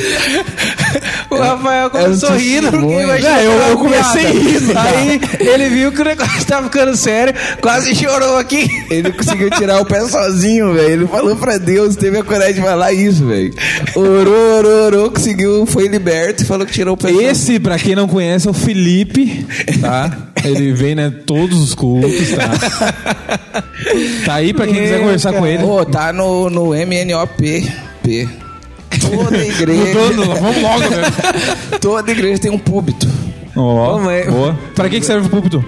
Speaker 2: O Rafael começou rindo porque
Speaker 4: testemunho.
Speaker 2: imaginou
Speaker 3: É, eu-
Speaker 2: que era
Speaker 3: eu
Speaker 2: uma
Speaker 3: comecei
Speaker 2: piada.
Speaker 3: rindo, cara.
Speaker 2: Aí ele viu que o negócio tá ficando sério, quase chorou aqui.
Speaker 4: Ele conseguiu tirar o pé sozinho, velho. Ele falou pra Deus, teve a coragem de falar isso, velho. Orou, orou, orou, conseguiu, foi liberto e falou que tirou o pé sozinho.
Speaker 3: Esse, pra quem não conhece, é o Felipe, tá? Ele vem, né, todos os cultos, tá? Tá aí pra quem quiser conversar com ele.
Speaker 4: Ô, tá no, no MNOP. P. Toda igreja,
Speaker 3: Mudando, vamos logo, né? velho.
Speaker 4: toda igreja tem um púlpito.
Speaker 3: Ó,
Speaker 2: Ô, mas-
Speaker 3: boa. Pra que, que serve o púlpito?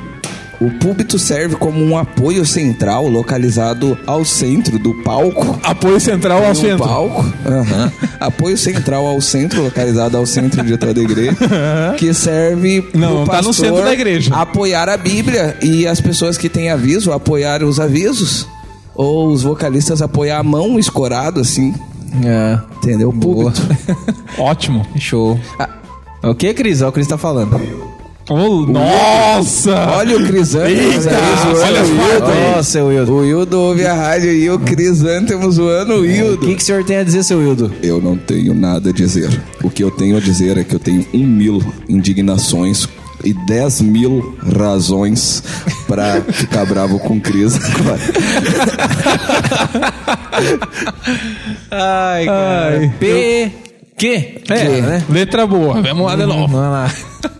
Speaker 4: O púlpito serve como um apoio central localizado ao centro do palco.
Speaker 3: Apoio central ao
Speaker 4: No
Speaker 3: centro.
Speaker 4: palco. Aham. Apoio central ao centro, localizado ao centro de toda a igreja. que serve
Speaker 3: Não,
Speaker 4: pro
Speaker 3: tá no
Speaker 4: pastor
Speaker 3: centro da igreja.
Speaker 4: apoiar a Bíblia e as pessoas que têm aviso apoiar os avisos. Ou os vocalistas apoiar a mão escorado, assim.
Speaker 2: É,
Speaker 4: Entendeu?
Speaker 2: boa.
Speaker 4: Púlpito.
Speaker 3: Ótimo.
Speaker 2: Show.
Speaker 4: Ah.
Speaker 2: O que, Cris? Ó, o Cris tá falando.
Speaker 3: Ô, nossa!
Speaker 4: Olha o Crisântemo. aí zoando
Speaker 3: olha
Speaker 4: o
Speaker 3: só.
Speaker 4: Hildo.
Speaker 2: Nossa, Wildo.
Speaker 4: O Hildo ouve a rádio e o Crisântemo zoando
Speaker 3: É.
Speaker 4: o
Speaker 2: O
Speaker 4: Hildo.
Speaker 2: que, que o senhor tem a dizer, seu Wildo?
Speaker 4: Eu não tenho nada a dizer. O que eu tenho a dizer é que eu tenho um mil indignações e dez mil razões pra ficar bravo com o Cris agora.
Speaker 2: Ai, cara.
Speaker 3: Ai.
Speaker 2: P. Que?
Speaker 3: É,
Speaker 2: né?
Speaker 3: letra boa. Vamos lá de novo.
Speaker 2: Vamos lá.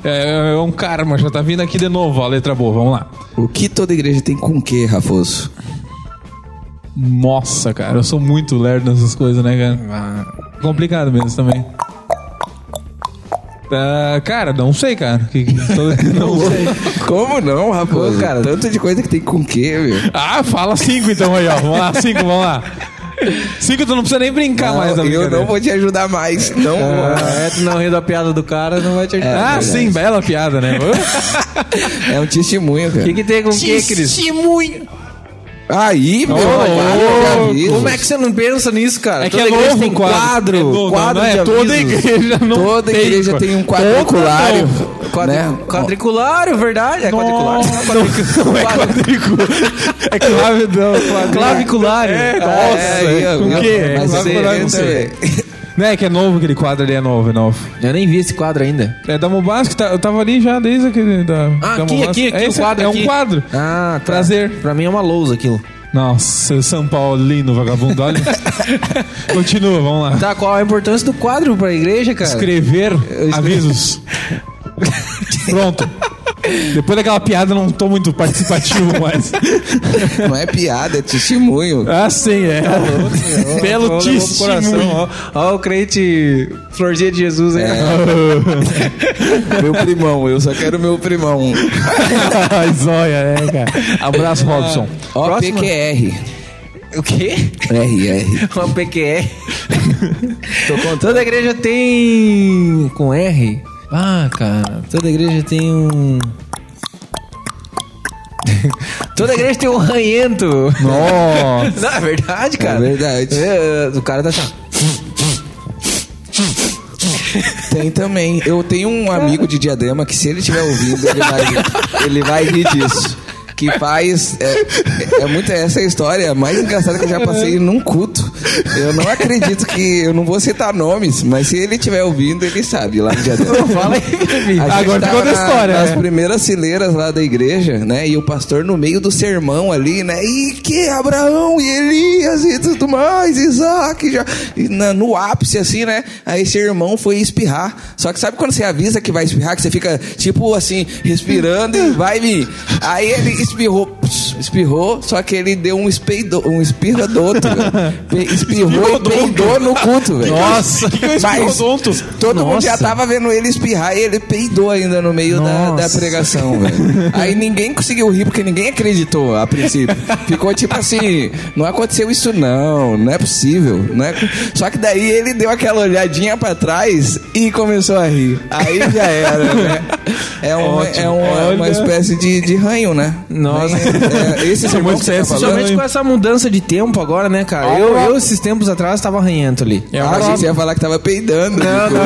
Speaker 3: É, é um karma, já tá vindo aqui de novo, ó, a letra boa, vamos lá.
Speaker 4: O que toda igreja tem com o que, Rafoso?
Speaker 3: Nossa, cara, eu sou muito lerdo nessas coisas, né, cara? Complicado mesmo também. Ah, cara, não sei, cara. Que- que- tô- não sei.
Speaker 4: Como não, Rafoso?
Speaker 2: Ô, cara,
Speaker 4: Tanto de coisa que tem com o que, meu.
Speaker 3: Ah, fala cinco então aí, ó. Vamos lá, cinco, vamos lá. Cinco, tu não precisa nem brincar mais né? da
Speaker 4: eu
Speaker 3: brincadeira.
Speaker 4: não vou te ajudar mais. Ah, Não vou.
Speaker 2: É, tu não riu da piada do cara, não vai te ajudar.
Speaker 3: Ah, sim, bela piada, né?
Speaker 4: É um testemunho,
Speaker 2: O
Speaker 4: cara.
Speaker 2: que, que tem com o que, Cris?
Speaker 4: Aí, meu,
Speaker 3: ô,
Speaker 4: de avisos.
Speaker 2: Como é que você não pensa nisso, cara?
Speaker 3: É que
Speaker 2: Toda
Speaker 3: é
Speaker 2: igreja
Speaker 3: novo
Speaker 2: tem
Speaker 3: o quadro.
Speaker 2: assim, quadro.
Speaker 3: É novo,
Speaker 2: quadro
Speaker 3: não, não é?
Speaker 2: de
Speaker 3: Toda
Speaker 2: avisos.
Speaker 3: igreja não
Speaker 4: Toda
Speaker 3: tem,
Speaker 4: igreja
Speaker 3: cara.
Speaker 4: tem um quadriculário.
Speaker 2: Quadri-
Speaker 4: né?
Speaker 2: Quadriculário, verdade. É quadriculário.
Speaker 3: Não é quadrículo. É clave, não,
Speaker 2: É
Speaker 3: clave.
Speaker 2: Claviculário.
Speaker 3: É,
Speaker 2: Ah,
Speaker 3: nossa.
Speaker 4: é, eu-
Speaker 3: com
Speaker 4: eu-
Speaker 3: o quê?
Speaker 4: mas
Speaker 3: Clave-
Speaker 4: você-
Speaker 3: clave- não sei. Não é que é novo aquele quadro ali, é novo, é novo.
Speaker 2: Eu nem vi esse quadro ainda.
Speaker 3: É da Mubasco, tá, eu tava ali já desde aquele da.
Speaker 2: Ah,
Speaker 3: da
Speaker 2: aqui,
Speaker 3: Mubasco.
Speaker 2: aqui, aqui,
Speaker 3: é
Speaker 2: o quadro
Speaker 3: É
Speaker 2: aqui.
Speaker 3: um quadro.
Speaker 2: Ah, tá.
Speaker 3: Prazer.
Speaker 2: Pra mim é uma lousa aquilo.
Speaker 3: Nossa, São Paulino, vagabundo, olha. Continua, vamos lá.
Speaker 2: Tá, qual a importância do quadro pra igreja, cara?
Speaker 3: Escrever avisos. Pronto. Depois daquela piada, eu não tô muito participativo mais.
Speaker 4: Não é piada, é testemunho.
Speaker 3: Ah, sim, é. Belo testemunho.
Speaker 2: Ó, ó o crente Florzinha de Jesus aí.
Speaker 4: Meu primão, eu só quero meu primão.
Speaker 3: Ai, zóia, né, cara? Abraço, Robson.
Speaker 4: OPQR.
Speaker 2: O quê?
Speaker 4: RR.
Speaker 2: Uma PQR. Tô contando. Toda igreja tem. Com R? Ah, cara. Toda igreja tem um. Toda igreja tem um ranhento.
Speaker 3: Nossa.
Speaker 2: Não, é verdade, cara.
Speaker 4: verdade.
Speaker 2: É, o cara tá assim. ó.
Speaker 4: Tem também. Eu tenho um amigo de Diadema que se ele estiver ouvindo, ele vai, ele vai rir disso. Que faz. É, é muito essa é a história mais engraçada é que eu já passei
Speaker 2: Uhum.
Speaker 4: num culto. Eu não acredito que. Eu não vou citar nomes, mas se ele estiver ouvindo, ele sabe lá no Diadema.
Speaker 2: Fala aí, Felipe.
Speaker 4: A gente
Speaker 3: Agora
Speaker 4: tava
Speaker 3: ficou da
Speaker 4: na-
Speaker 3: história,
Speaker 4: Nas
Speaker 3: né?
Speaker 4: primeiras fileiras lá da igreja, né? E o pastor no meio do sermão ali, né? E que Abraão e Elias e tudo mais, Isaac já. e na- no ápice, assim, né? Aí esse irmão foi espirrar. Só que sabe quando você avisa que vai espirrar, que você fica, tipo assim, respirando e vai vir. Aí ele espirrou, pss, espirrou, só que ele deu um, espeido, um espirradoto, velho. Pe- Espirrou e peidou no culto, velho.
Speaker 3: Nossa, que que é
Speaker 4: Mas todo mundo já tava vendo ele espirrar e ele peidou ainda no meio da, da
Speaker 2: Nossa.
Speaker 4: pregação, velho. Aí ninguém conseguiu rir porque ninguém acreditou a princípio. Ficou tipo assim, não aconteceu isso não, não é possível, não é... Só que daí ele deu aquela olhadinha pra trás e começou a rir. Aí já era, né? É, um, é um- é uma
Speaker 3: Olha.
Speaker 4: espécie de, de ranho, né?
Speaker 2: Nossa.
Speaker 4: Ranho, é, esse é
Speaker 3: uma
Speaker 4: uma
Speaker 3: espécie de-
Speaker 2: Principalmente com essa mudança de tempo agora, né, cara? Eu, eu esses tempos atrás, tava arranhento ali.
Speaker 3: É
Speaker 4: Ah,
Speaker 3: uma
Speaker 4: achei que você ia falar que tava peidando. Não, não.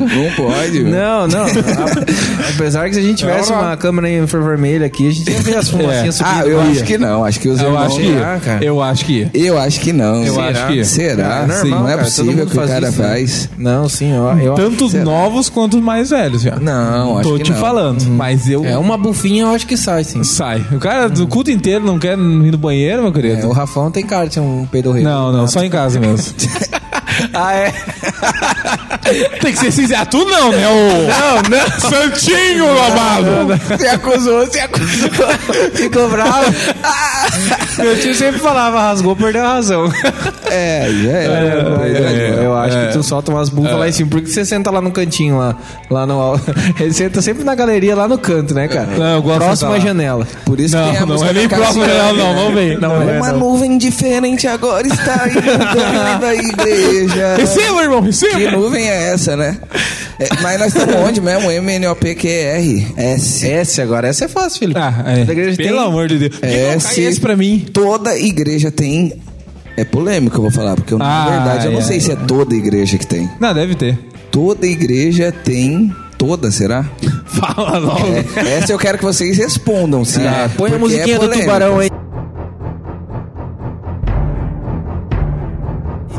Speaker 4: não pode, velho.
Speaker 2: Ah, Não, não. A- Apesar que se a gente tivesse É uma câmera infravermelha aqui, a gente ia ver as fumacinhas subindo.
Speaker 4: Ah, eu
Speaker 2: Ia.
Speaker 4: acho que não. Acho que os
Speaker 3: Eu
Speaker 4: irmãos-
Speaker 3: acho que
Speaker 2: Será, cara?
Speaker 3: Eu acho que ia.
Speaker 4: Eu acho que não.
Speaker 3: Eu acho que-
Speaker 4: Será?
Speaker 2: É normal,
Speaker 4: Sim, não é
Speaker 2: cara, todo
Speaker 4: possível
Speaker 2: mundo
Speaker 4: que o
Speaker 2: faz
Speaker 4: cara
Speaker 2: isso, né?
Speaker 4: faz.
Speaker 2: Não, sim, eu, eu
Speaker 3: Tanto os novos quanto os mais velhos, já.
Speaker 4: Não, acho
Speaker 3: Tô
Speaker 4: que
Speaker 3: te
Speaker 4: não.
Speaker 3: falando, mas eu...
Speaker 2: É uma bufinha, eu acho que sai, sim.
Speaker 3: Sai. O cara do culto inteiro não quer ir no banheiro, meu
Speaker 2: É, o
Speaker 3: querido?
Speaker 2: Rafão tem cara de ser um peidorreiro.
Speaker 3: Não, não, só em casa mesmo.
Speaker 2: um Ah, é?
Speaker 3: Tem que ser sincero. Ah, Tu não, né? O... Não, não. Santinho, amado.
Speaker 4: Você acusou, você acusou.
Speaker 2: Ficou bravo? Meu tio sempre falava, rasgou, perdeu a razão.
Speaker 4: É, já
Speaker 2: Eu-
Speaker 4: era.
Speaker 3: É,
Speaker 2: eu- eu acho que tu solta umas bufas lá em cima. Por que você senta lá no cantinho, lá, lá no al- Ele senta sempre na galeria, lá no canto, né, cara?
Speaker 3: Não, eu gosto de sentar
Speaker 2: Próximo
Speaker 3: lá.
Speaker 2: à janela.
Speaker 4: Por isso que tem a
Speaker 3: Não, não
Speaker 4: música
Speaker 3: é nem
Speaker 4: do
Speaker 3: próximo,
Speaker 4: Cassiano,
Speaker 3: não, não,
Speaker 4: né?
Speaker 3: não vem. Não,
Speaker 2: é,
Speaker 4: Uma nuvem diferente agora está inundando a igreja.
Speaker 3: Receba, irmão,
Speaker 4: Que
Speaker 3: receba.
Speaker 4: nuvem é essa, né? É, mas nós estamos onde mesmo? MNOPQR. S.
Speaker 2: Essa agora, essa é fácil, filho. Da igreja
Speaker 3: Ah, Pelo
Speaker 2: tem-
Speaker 3: amor de Deus.
Speaker 4: É,
Speaker 3: Não cai
Speaker 4: se-
Speaker 3: esse pra mim.
Speaker 4: Toda igreja tem. É polêmico, eu vou falar, porque eu,
Speaker 3: Ah,
Speaker 4: na verdade eu não
Speaker 3: é,
Speaker 4: sei se é toda igreja que tem.
Speaker 3: Não, deve ter.
Speaker 4: Toda igreja tem. Toda, será?
Speaker 3: Fala logo.
Speaker 4: É, essa eu quero que vocês respondam. Se é,
Speaker 2: Põe
Speaker 4: porque
Speaker 2: a
Speaker 4: é
Speaker 2: musiquinha do
Speaker 4: polêmico.
Speaker 2: tubarão aí.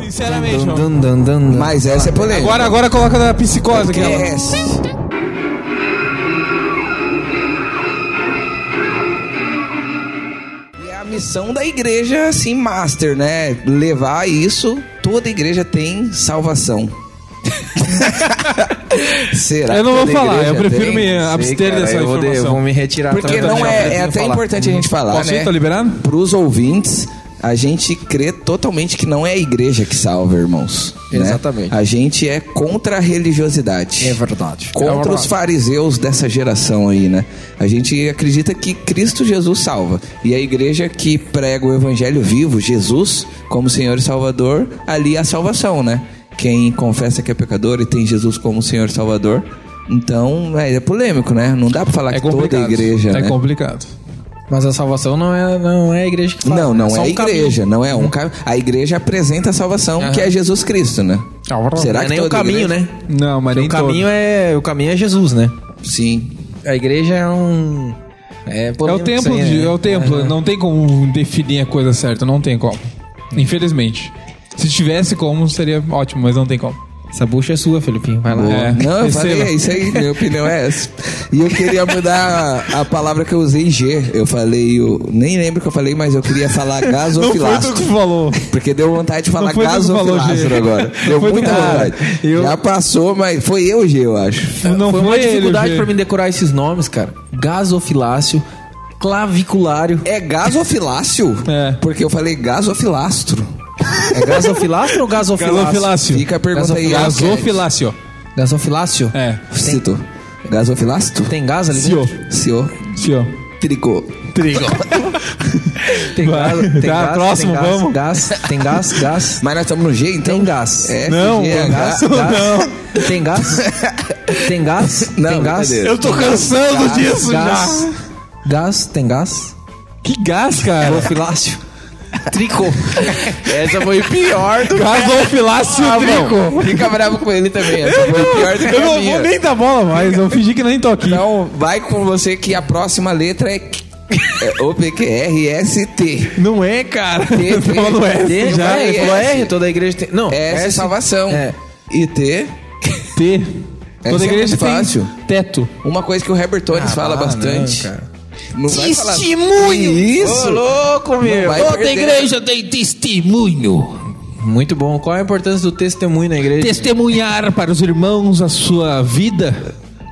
Speaker 3: Sinceramente, irmão.
Speaker 2: Dun, dun, dun, dun.
Speaker 4: Mas essa é polêmica.
Speaker 3: Agora, agora coloca da psicose aqui. ó.
Speaker 4: É S. E é a missão da igreja, assim, master, né? Levar isso, toda igreja tem salvação. Será?
Speaker 3: Eu não
Speaker 4: que
Speaker 3: vou
Speaker 4: toda
Speaker 3: falar,
Speaker 4: Tá igreja
Speaker 3: eu prefiro
Speaker 4: tem?
Speaker 3: me
Speaker 2: Sei,
Speaker 3: abster
Speaker 2: cara,
Speaker 3: dessa
Speaker 2: eu vou de- Eu
Speaker 3: informação.
Speaker 2: vou me retirar.
Speaker 4: Porque
Speaker 2: também,
Speaker 4: não
Speaker 2: deixar o
Speaker 4: é, é
Speaker 2: Pedrinho
Speaker 4: até
Speaker 2: falar.
Speaker 4: importante a gente falar,
Speaker 3: Posso ir?
Speaker 4: né?
Speaker 3: Tô liberado?
Speaker 4: Pros ouvintes, a gente crê totalmente que não é a igreja que salva, irmãos. né?
Speaker 2: Exatamente.
Speaker 4: A gente é contra a religiosidade.
Speaker 2: É verdade.
Speaker 4: contra os fariseus dessa geração aí, né? A gente acredita que Cristo Jesus salva. E a igreja que prega o evangelho vivo, Jesus, como Senhor e Salvador, ali é a salvação, né? Quem confessa que é pecador e tem Jesus como Senhor e Salvador. Então, é, é polêmico, né? Não dá pra falar
Speaker 3: É
Speaker 4: que toda
Speaker 3: complicado.
Speaker 4: igreja,
Speaker 3: É
Speaker 4: né?
Speaker 3: complicado.
Speaker 2: Mas a salvação não é, não é a igreja que faz.
Speaker 4: Não, não é,
Speaker 2: só
Speaker 4: a
Speaker 2: um caminho. Uhum.
Speaker 4: igreja, não é um caminho. A igreja apresenta a salvação, que é Jesus Cristo, né? Será
Speaker 2: Não é
Speaker 4: que
Speaker 2: nem o
Speaker 4: toda
Speaker 2: caminho,
Speaker 4: igreja-
Speaker 2: né?
Speaker 3: Não, mas nem
Speaker 2: o caminho é o caminho é Jesus, né?
Speaker 4: Sim.
Speaker 2: A igreja é um é,
Speaker 3: É o
Speaker 2: polêmico
Speaker 3: templo,
Speaker 2: isso aí,
Speaker 3: de-
Speaker 2: né?
Speaker 3: é o templo. Não tem como definir a coisa certa, não tem como. Infelizmente. Se tivesse como, seria ótimo, mas não tem como.
Speaker 2: Essa bucha é sua, Felipinho. Vai lá.
Speaker 4: Boa.
Speaker 3: É,
Speaker 4: não, eu
Speaker 3: perceba.
Speaker 4: falei, é isso aí, minha opinião é essa. E eu queria mudar a, a palavra que eu usei, G. Eu falei, o- nem lembro o que eu falei, mas eu queria falar
Speaker 3: tu que
Speaker 4: gasofilastro.
Speaker 3: falou.
Speaker 4: Porque deu vontade de falar
Speaker 3: Não foi tu que falou, G.
Speaker 4: gasofilastro agora. Deu
Speaker 3: foi tu
Speaker 4: muita
Speaker 3: que falou.
Speaker 4: vontade.
Speaker 3: Eu- É.
Speaker 4: Já passou, mas foi eu, G, eu acho.
Speaker 3: Não
Speaker 2: Foi
Speaker 3: foi,
Speaker 2: uma
Speaker 3: ele,
Speaker 2: dificuldade
Speaker 3: Gê.
Speaker 2: pra mim decorar esses nomes, cara. Gasofilácio, claviculário.
Speaker 4: É gasofilácio?
Speaker 3: É.
Speaker 4: Porque eu falei gasofilastro.
Speaker 2: É gasofilácio ou gasofilácio?
Speaker 3: Gasofilácio.
Speaker 4: Fica a pergunta aí.
Speaker 3: Gasofilácio.
Speaker 2: Gasofilácio?
Speaker 3: É.
Speaker 4: Cito. Gasofilastro?
Speaker 2: Tem gás ali?
Speaker 3: Sio.
Speaker 2: dentro?
Speaker 4: Senhor.
Speaker 3: Sio.
Speaker 4: Tricô.
Speaker 2: Tem
Speaker 3: Vai.
Speaker 2: gás, tem
Speaker 3: Tá,
Speaker 2: gás,
Speaker 3: próximo,
Speaker 2: tem gás,
Speaker 3: vamos.
Speaker 2: Gás, tem gás, gás.
Speaker 4: Mas nós estamos no G, então?
Speaker 2: Tem gás.
Speaker 4: É,
Speaker 3: Não,
Speaker 4: G, é
Speaker 2: Gás,
Speaker 4: ga-
Speaker 2: gás. Tem gás? Tem gás?
Speaker 4: Não,
Speaker 2: tem gás?
Speaker 4: brincadeira.
Speaker 3: tô cansando disso
Speaker 2: Gás. Gás, tem gás?
Speaker 3: Que gás, cara.
Speaker 2: Gasofilácio. Tricô.
Speaker 4: Essa foi pior do
Speaker 3: É. Gasofilácio trico.
Speaker 4: Bom, fica bravo com ele também. Essa foi pior do que
Speaker 3: Ah, Eu
Speaker 4: a
Speaker 3: não vou
Speaker 4: É minha.
Speaker 3: nem dar bola mais, eu fingi que nem tô aqui.
Speaker 4: Então, vai com você que a próxima letra é, é OPQRST.
Speaker 3: Não é, cara.
Speaker 4: T, T,
Speaker 3: Não, não é.
Speaker 2: Tem,
Speaker 4: Já
Speaker 2: já, ele falou
Speaker 4: S.
Speaker 2: R, toda a igreja tem. Não,
Speaker 4: S, é salvação.
Speaker 2: É.
Speaker 4: E T,
Speaker 3: T.
Speaker 4: Essa
Speaker 3: Toda
Speaker 4: é
Speaker 3: igreja
Speaker 4: muito fácil.
Speaker 3: tem teto.
Speaker 4: uma coisa que o Herbert Tones fala
Speaker 2: Ah,
Speaker 4: bastante.
Speaker 2: Não, cara.
Speaker 4: Não vai falar.
Speaker 7: Testemunho!
Speaker 4: Isso!
Speaker 2: louco,
Speaker 4: meu. vai
Speaker 7: Toda
Speaker 4: perder.
Speaker 7: igreja tem testemunho.
Speaker 2: Muito bom. Qual é a importância do testemunho na igreja?
Speaker 3: Testemunhar para os irmãos a sua vida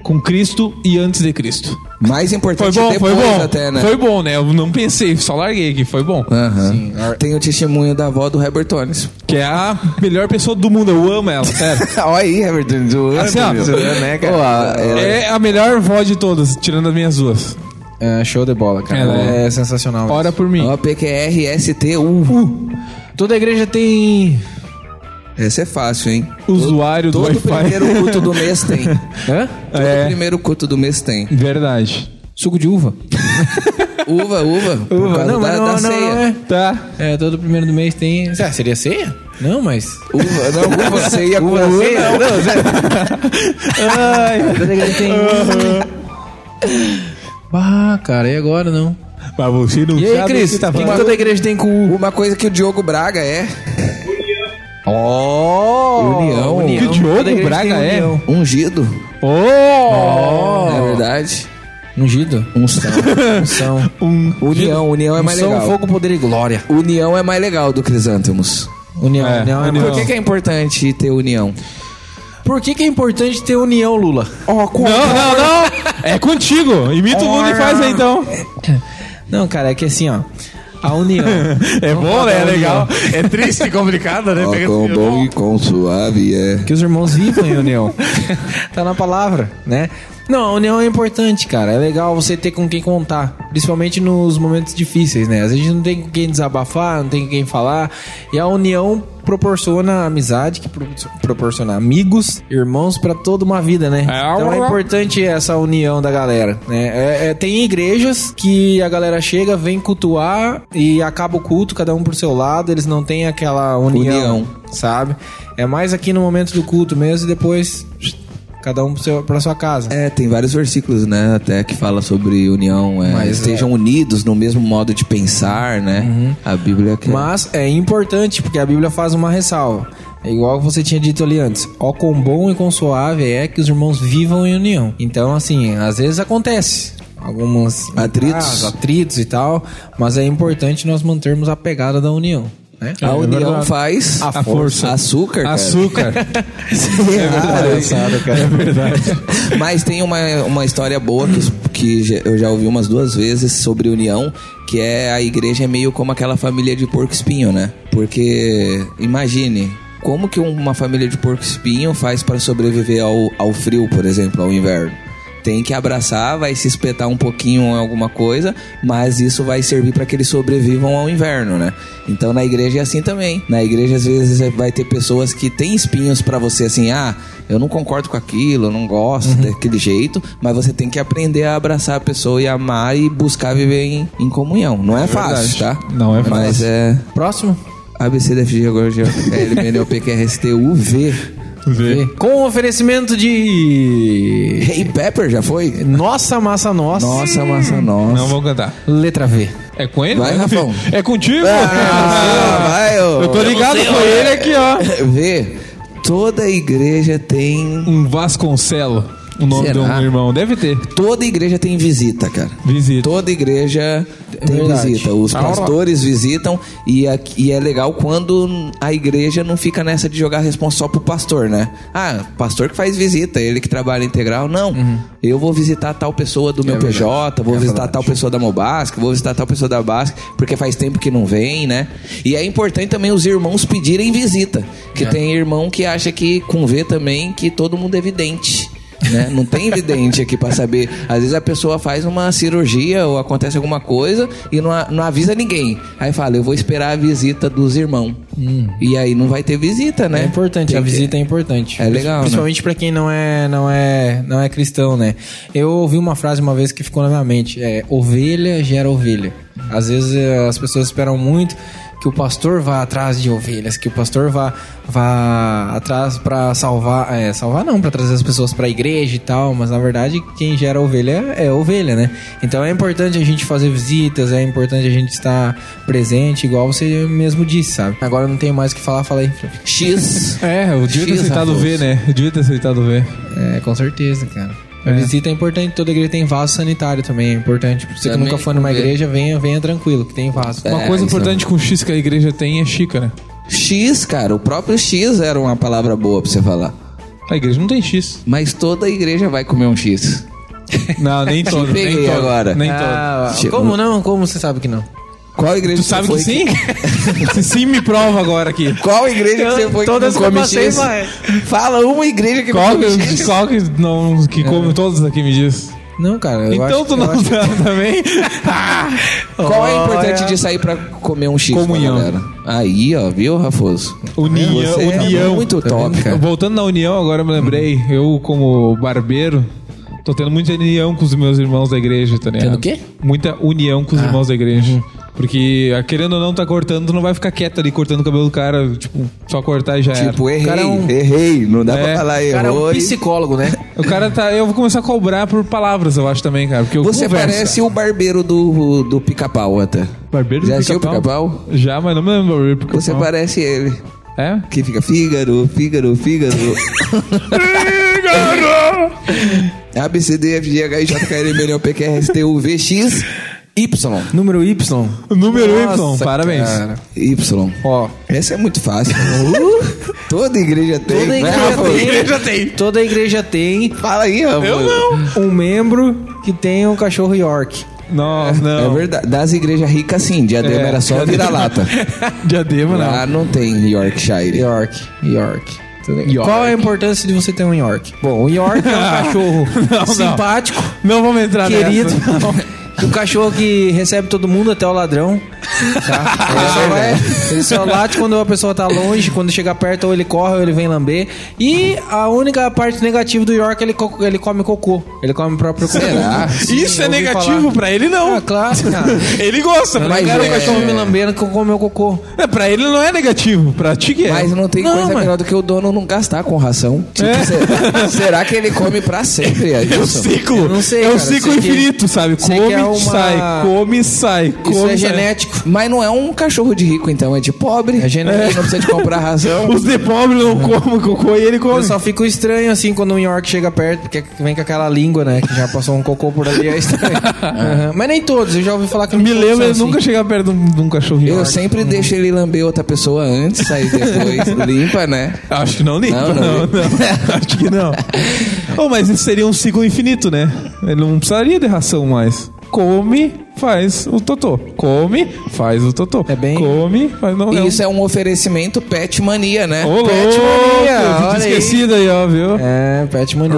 Speaker 3: com Cristo e antes de Cristo.
Speaker 4: Mais
Speaker 3: Foi
Speaker 4: importante
Speaker 3: bom, foi
Speaker 4: depois
Speaker 3: bom.
Speaker 4: até, né?
Speaker 3: Foi bom, né? Eu não pensei, só larguei aqui, foi bom.
Speaker 4: Aham. Tem o testemunho da avó do Herbert Tones.
Speaker 3: Que é a melhor pessoa do mundo, eu amo ela, sério.
Speaker 4: Olha aí, Herbert Tones. zoando,
Speaker 3: Assim, ó,
Speaker 4: meu.
Speaker 2: É,
Speaker 3: zoando,
Speaker 2: né,
Speaker 4: Pô, a- ela-
Speaker 3: É a melhor voz de todas, tirando as minhas duas.
Speaker 2: É, show de bola, cara.
Speaker 3: Ela
Speaker 2: É,
Speaker 3: é-
Speaker 2: sensacional. mesmo.
Speaker 3: Ora por mim.
Speaker 4: Ó, PQRSTU.
Speaker 2: Toda igreja tem.
Speaker 4: Essa é fácil, hein?
Speaker 3: Usuário do
Speaker 4: Todo
Speaker 3: Wi-Fi.
Speaker 4: primeiro culto do mês tem.
Speaker 2: Hã?
Speaker 4: Todo
Speaker 3: É.
Speaker 4: primeiro culto do mês tem.
Speaker 3: Verdade.
Speaker 2: Suco de uva.
Speaker 4: Uva, uva. por causa da, da ceia.
Speaker 3: Tá.
Speaker 2: é. É, todo primeiro do mês tem. Ah, seria ceia? Não, mas.
Speaker 4: Uva, não, uva, ceia, uva, uva
Speaker 2: ceia?
Speaker 4: não.
Speaker 2: Toda igreja é tem. Bah, cara, e agora não?
Speaker 3: Mas você não
Speaker 2: E aí, Cris?
Speaker 3: tá
Speaker 2: O que, que toda igreja tem com o.
Speaker 4: Uma coisa que o Diogo Braga é.
Speaker 2: Oh,
Speaker 4: União.
Speaker 3: Que Diogo
Speaker 2: Toda igreja
Speaker 3: Braga
Speaker 2: tem
Speaker 3: é?
Speaker 2: união.
Speaker 4: Ungido.
Speaker 3: Oh!
Speaker 4: Na é verdade.
Speaker 2: Ungido.
Speaker 4: Unção.
Speaker 2: Um São.
Speaker 4: União, união é mais
Speaker 2: Um São
Speaker 4: legal.
Speaker 2: fogo, poder e glória.
Speaker 4: União é mais legal do Crisântemos.
Speaker 2: União.
Speaker 3: É,
Speaker 2: união, é
Speaker 3: união.
Speaker 2: bom.
Speaker 4: Por que, que é importante ter união?
Speaker 2: Por que, que é importante ter união, Lula?
Speaker 3: Não, não, não! É contigo! Imita o Lula e faz aí então!
Speaker 2: Não, cara, é que assim, ó. A união.
Speaker 3: É bom, né? É legal. É triste e complicado, né?
Speaker 5: Ó,
Speaker 3: Pega-
Speaker 5: quão bom e quão suave é.
Speaker 2: que os irmãos vivam em união. tá na palavra, né? Não, a união é importante, cara. É legal você ter com quem contar. Principalmente nos momentos difíceis, né? Às vezes não tem com quem desabafar, não tem com quem falar. E a união proporciona amizade, que pro- proporciona amigos, irmãos pra toda uma vida, né?
Speaker 3: É,
Speaker 2: Então é
Speaker 3: uau.
Speaker 2: importante essa união da galera, né? É- é- tem igrejas que a galera chega, vem cultuar e acaba o culto, cada um pro seu lado. Eles não têm aquela união
Speaker 4: União.
Speaker 2: sabe? É mais aqui no momento do culto mesmo e depois cada um pro seu- pra sua casa.
Speaker 4: É, tem vários versículos, né, até que fala sobre união. é,
Speaker 2: Mas,
Speaker 4: estejam unidos no mesmo modo de pensar, né? A Bíblia que
Speaker 2: Mas é importante, porque a Bíblia faz uma ressalva. É igual você tinha dito ali antes. Ó quão bom e quão suave é que os irmãos vivam em união. Então, assim, às vezes acontece. Algumas
Speaker 4: Atritos.
Speaker 2: atrasos, atritos e tal. Mas é importante nós mantermos a pegada da união. Né?
Speaker 4: a união
Speaker 3: verdade.
Speaker 4: faz
Speaker 3: A força.
Speaker 4: açúcar, cara. É
Speaker 3: Açúcar. É
Speaker 2: Engraçado, cara.
Speaker 4: Mas tem uma, uma história boa que, os- que já- eu já ouvi umas duas vezes sobre união, que é a igreja é meio como aquela família de porco espinho, né? Porque imagine como que uma família de porco espinho faz para sobreviver ao, ao frio, por exemplo, ao inverno. Tem que abraçar, vai se espetar um pouquinho em alguma coisa, mas isso vai servir para que eles sobrevivam ao inverno, né? Então na igreja é assim também. Na igreja às vezes é, vai ter pessoas que têm espinhos para você assim, ah, eu não concordo com aquilo, eu não gosto
Speaker 3: Uhum.
Speaker 4: daquele jeito, mas você tem que aprender a abraçar a pessoa e amar e buscar viver em, em comunhão. Não é, fácil, tá?
Speaker 3: verdade. Não é
Speaker 4: Mas
Speaker 3: fácil.
Speaker 4: é
Speaker 2: Próximo.
Speaker 4: ABCDFG agora já. LMNOPQRSTUV.
Speaker 2: Com oferecimento de.
Speaker 4: Hey Pepper já foi?
Speaker 2: Nossa, massa, nossa.
Speaker 4: Nossa, massa, nossa.
Speaker 3: Não vou cantar.
Speaker 2: Letra V.
Speaker 3: É com ele?
Speaker 4: Vai,
Speaker 3: né?
Speaker 4: Rafão.
Speaker 3: É contigo?
Speaker 4: Ah, vai, ô.
Speaker 3: Eu é. tô ligado,
Speaker 7: você,
Speaker 3: foi
Speaker 7: ó.
Speaker 3: ele aqui, ó.
Speaker 4: Vê, toda igreja tem.
Speaker 3: Um Vasconcelo, o nome
Speaker 4: Será?
Speaker 3: de um irmão. Deve ter.
Speaker 4: Toda igreja tem visita, cara.
Speaker 3: Visita.
Speaker 4: Toda igreja tem
Speaker 2: Verdade.
Speaker 4: visita. Os
Speaker 3: Aula.
Speaker 4: pastores visitam e, a- e é legal quando a igreja não fica nessa de jogar a responsa só pro pastor, né? Ah, pastor que faz visita, ele que trabalha integral. Não. Eu vou visitar tal pessoa do meu PJ, vou visitar tal pessoa da Mobasque, vou visitar tal pessoa da Basque, porque faz tempo que não vem, né? E é importante também os irmãos pedirem visita. Que tem irmão que acha que, com V também, que todo mundo é vidente né? Não tem vidente aqui pra saber. Às vezes a pessoa faz uma cirurgia ou acontece alguma coisa e não, a- não avisa ninguém. Aí fala, eu vou esperar a visita dos irmãos. E aí não vai ter visita, né?
Speaker 2: Hum. É importante,
Speaker 4: Tem
Speaker 2: a
Speaker 4: que-
Speaker 2: visita é importante.
Speaker 4: É legal,
Speaker 2: Principalmente pra quem não é, não é, não é cristão, né? Eu ouvi uma frase uma vez que ficou na minha mente, é ovelha gera ovelha. Às vezes eh, as pessoas esperam muito que o pastor vá atrás de ovelhas, que o pastor vá vá atrás pra salvar, é, salvar não, pra trazer as pessoas pra igreja e tal, mas na verdade quem gera ovelha é ovelha, né? Então é importante a gente fazer visitas, é importante a gente estar presente, igual você mesmo disse, sabe? Agora não tem mais o que falar, fala aí. Fran.
Speaker 4: X.
Speaker 3: É, eu devia ter
Speaker 4: X,
Speaker 3: aceitado
Speaker 4: Rafoso.
Speaker 3: ver, né? Eu devia ter aceitado ver.
Speaker 2: É, com certeza, cara. A visita é importante, toda igreja tem vaso sanitário também, é importante. Você que
Speaker 4: Também
Speaker 2: nunca foi numa
Speaker 4: convém.
Speaker 2: igreja, venha, venha tranquilo, que tem vaso.
Speaker 3: Uma
Speaker 4: É,
Speaker 3: coisa
Speaker 4: isso
Speaker 3: importante com X que a igreja tem é xícara.
Speaker 4: X, cara. O próprio X era uma palavra boa pra você falar.
Speaker 3: A igreja não tem X.
Speaker 4: Mas toda igreja vai comer um X.
Speaker 3: Não, nem todo. nem
Speaker 4: peguei
Speaker 3: todo.
Speaker 4: agora.
Speaker 3: Nem todo.
Speaker 2: Ah,
Speaker 4: Tipo-
Speaker 2: como não? Como você sabe que não?
Speaker 4: Qual igreja
Speaker 3: Tu sabe
Speaker 4: você
Speaker 3: que
Speaker 4: foi
Speaker 3: sim? Se sim, me prova agora aqui.
Speaker 4: Qual igreja que você foi
Speaker 2: Todas
Speaker 4: que
Speaker 2: que eu
Speaker 4: não come
Speaker 2: passei,
Speaker 4: X?
Speaker 2: vai.
Speaker 4: Fala uma igreja que
Speaker 3: Qual
Speaker 4: não come X.
Speaker 3: que, qual que, não, que come todos aqui me diz?
Speaker 2: Não, cara. Eu
Speaker 3: então
Speaker 2: acho,
Speaker 3: tu
Speaker 2: eu
Speaker 3: não
Speaker 2: acho-
Speaker 3: sabe também?
Speaker 4: Qual é a importância
Speaker 2: Olha.
Speaker 4: de sair pra comer um X,
Speaker 3: Comunhão.
Speaker 4: Pra galera? Aí, ó, viu, Rafoso?
Speaker 3: União.
Speaker 4: Tá Você é
Speaker 3: união. Tá
Speaker 4: muito top, cara.
Speaker 3: Voltando na união, agora eu me lembrei. Eu, como barbeiro, tô tendo muita união com os meus irmãos da igreja, tá ligado?
Speaker 2: Tendo o quê?
Speaker 3: Muita união
Speaker 4: Ah.
Speaker 3: com os irmãos da igreja.
Speaker 4: Uhum.
Speaker 3: Porque, ah, querendo ou não, tá cortando, tu não vai ficar quieto ali cortando o cabelo do cara, tipo, só cortar e já era.
Speaker 4: Tipo, errei,
Speaker 2: cara é um-
Speaker 4: errei. Não dá
Speaker 3: É.
Speaker 4: pra falar
Speaker 2: O
Speaker 4: errou.
Speaker 2: cara é um
Speaker 4: e-
Speaker 2: psicólogo, né?
Speaker 3: O cara tá. Eu vou começar a cobrar por palavras, eu acho também, cara. Porque eu
Speaker 4: Você
Speaker 3: converso.
Speaker 4: parece o barbeiro do, do pica-pau até.
Speaker 3: Barbeiro
Speaker 4: Já
Speaker 3: do
Speaker 4: assistiu o
Speaker 3: pica-pau?
Speaker 4: pica-pau?
Speaker 3: Já, mas não me lembro do barbeiro do pica-pau.
Speaker 4: Você parece ele.
Speaker 3: É?
Speaker 4: Que fica Fígaro, Fígaro, Fígaro. Fígaro! A, B, C, D, F, G, H, I, J, K, L, M, N, O, P, Q, R, S, T, U, V, X, Y.
Speaker 2: Número Y.
Speaker 3: Número Y,
Speaker 2: Nossa,
Speaker 3: parabéns.
Speaker 2: cara.
Speaker 4: Y.
Speaker 2: Ó,
Speaker 4: Esse é muito fácil. Uh, toda igreja tem.
Speaker 2: toda
Speaker 4: né,
Speaker 2: igreja,
Speaker 4: Rafa?
Speaker 2: tem, Toda igreja tem
Speaker 4: Fala aí, Rafa.
Speaker 2: um membro que tem um cachorro York.
Speaker 3: Não,
Speaker 4: É
Speaker 3: não.
Speaker 4: verdade. Das igrejas ricas, sim. Diadema
Speaker 3: É,
Speaker 4: era só
Speaker 3: Diadema.
Speaker 4: vira-lata.
Speaker 3: Diadema, não.
Speaker 4: Lá não tem Yorkshire.
Speaker 2: York, York. Qual é a importância de você ter um York? Bom, o York é um cachorro simpático,
Speaker 3: Não vamos
Speaker 4: tá
Speaker 3: entrar
Speaker 2: querido.
Speaker 3: nessa.
Speaker 2: O cachorro que recebe todo mundo, até o ladrão. tá? Ele,
Speaker 4: É
Speaker 2: só vai- ele só late quando a pessoa tá longe, quando chega perto, ou ele corre, ou ele vem lamber. E a única parte negativa do York, ele, co- ele come cocô. Ele come o próprio cocô.
Speaker 4: Será?
Speaker 2: Sim,
Speaker 3: Isso é
Speaker 2: eu ouvi
Speaker 3: negativo
Speaker 2: falar.
Speaker 3: pra ele, não.
Speaker 2: Ah, claro, cara.
Speaker 3: Ele gosta,
Speaker 2: Eu
Speaker 3: mas
Speaker 2: não quero um
Speaker 4: é-
Speaker 2: cachorro me lambendo que eu come o cocô.
Speaker 3: é, pra ele não é negativo. Pra ti que é.
Speaker 4: Mas não tem coisa
Speaker 3: mas-
Speaker 4: melhor do que o dono não gastar com ração. Tipo,
Speaker 3: É.
Speaker 4: será, será que ele come pra sempre? É
Speaker 3: É um
Speaker 4: isso?
Speaker 3: ciclo.
Speaker 2: Eu não sei,
Speaker 3: é um
Speaker 2: cara, eu
Speaker 3: ciclo
Speaker 2: sei que-
Speaker 3: infinito, sabe?
Speaker 2: sei
Speaker 3: Come,
Speaker 2: que é uma-
Speaker 3: sai, come, sai, come,
Speaker 2: Isso é
Speaker 3: sai.
Speaker 2: genético.
Speaker 4: Mas não é um cachorro de rico, então. É de pobre.
Speaker 2: É genético.
Speaker 4: Ele não precisa de comprar ração.
Speaker 3: Os de pobre não comem cocô e ele come.
Speaker 2: É. Eu só fico estranho assim quando um York chega perto, porque vem com aquela língua, né? Que já passou um cocô por ali, é estranho. Aham. Mas nem todos, eu já ouvi falar que nem
Speaker 3: Me
Speaker 2: todos
Speaker 3: lembra
Speaker 2: são
Speaker 3: ele
Speaker 2: assim.
Speaker 3: nunca chegar perto de um, de um cachorro.
Speaker 4: Eu
Speaker 3: York.
Speaker 4: sempre deixo ele lamber outra pessoa antes, aí depois limpa, né?
Speaker 3: Acho que não, Nico. Não,
Speaker 4: Não, não.
Speaker 3: não. Acho que não. oh, mas isso seria um ciclo infinito, né? Ele não precisaria de ração mais. Come, faz o totô. Come, faz o totô.
Speaker 2: É bem-
Speaker 3: Come, faz não.
Speaker 4: E
Speaker 3: não.
Speaker 4: isso é um oferecimento pet mania, né?
Speaker 3: Ô, louco!
Speaker 2: Pet mania,
Speaker 3: eu
Speaker 2: olha
Speaker 3: tinha
Speaker 2: aí.
Speaker 3: esquecido aí, ó, viu?
Speaker 2: É, pet mania.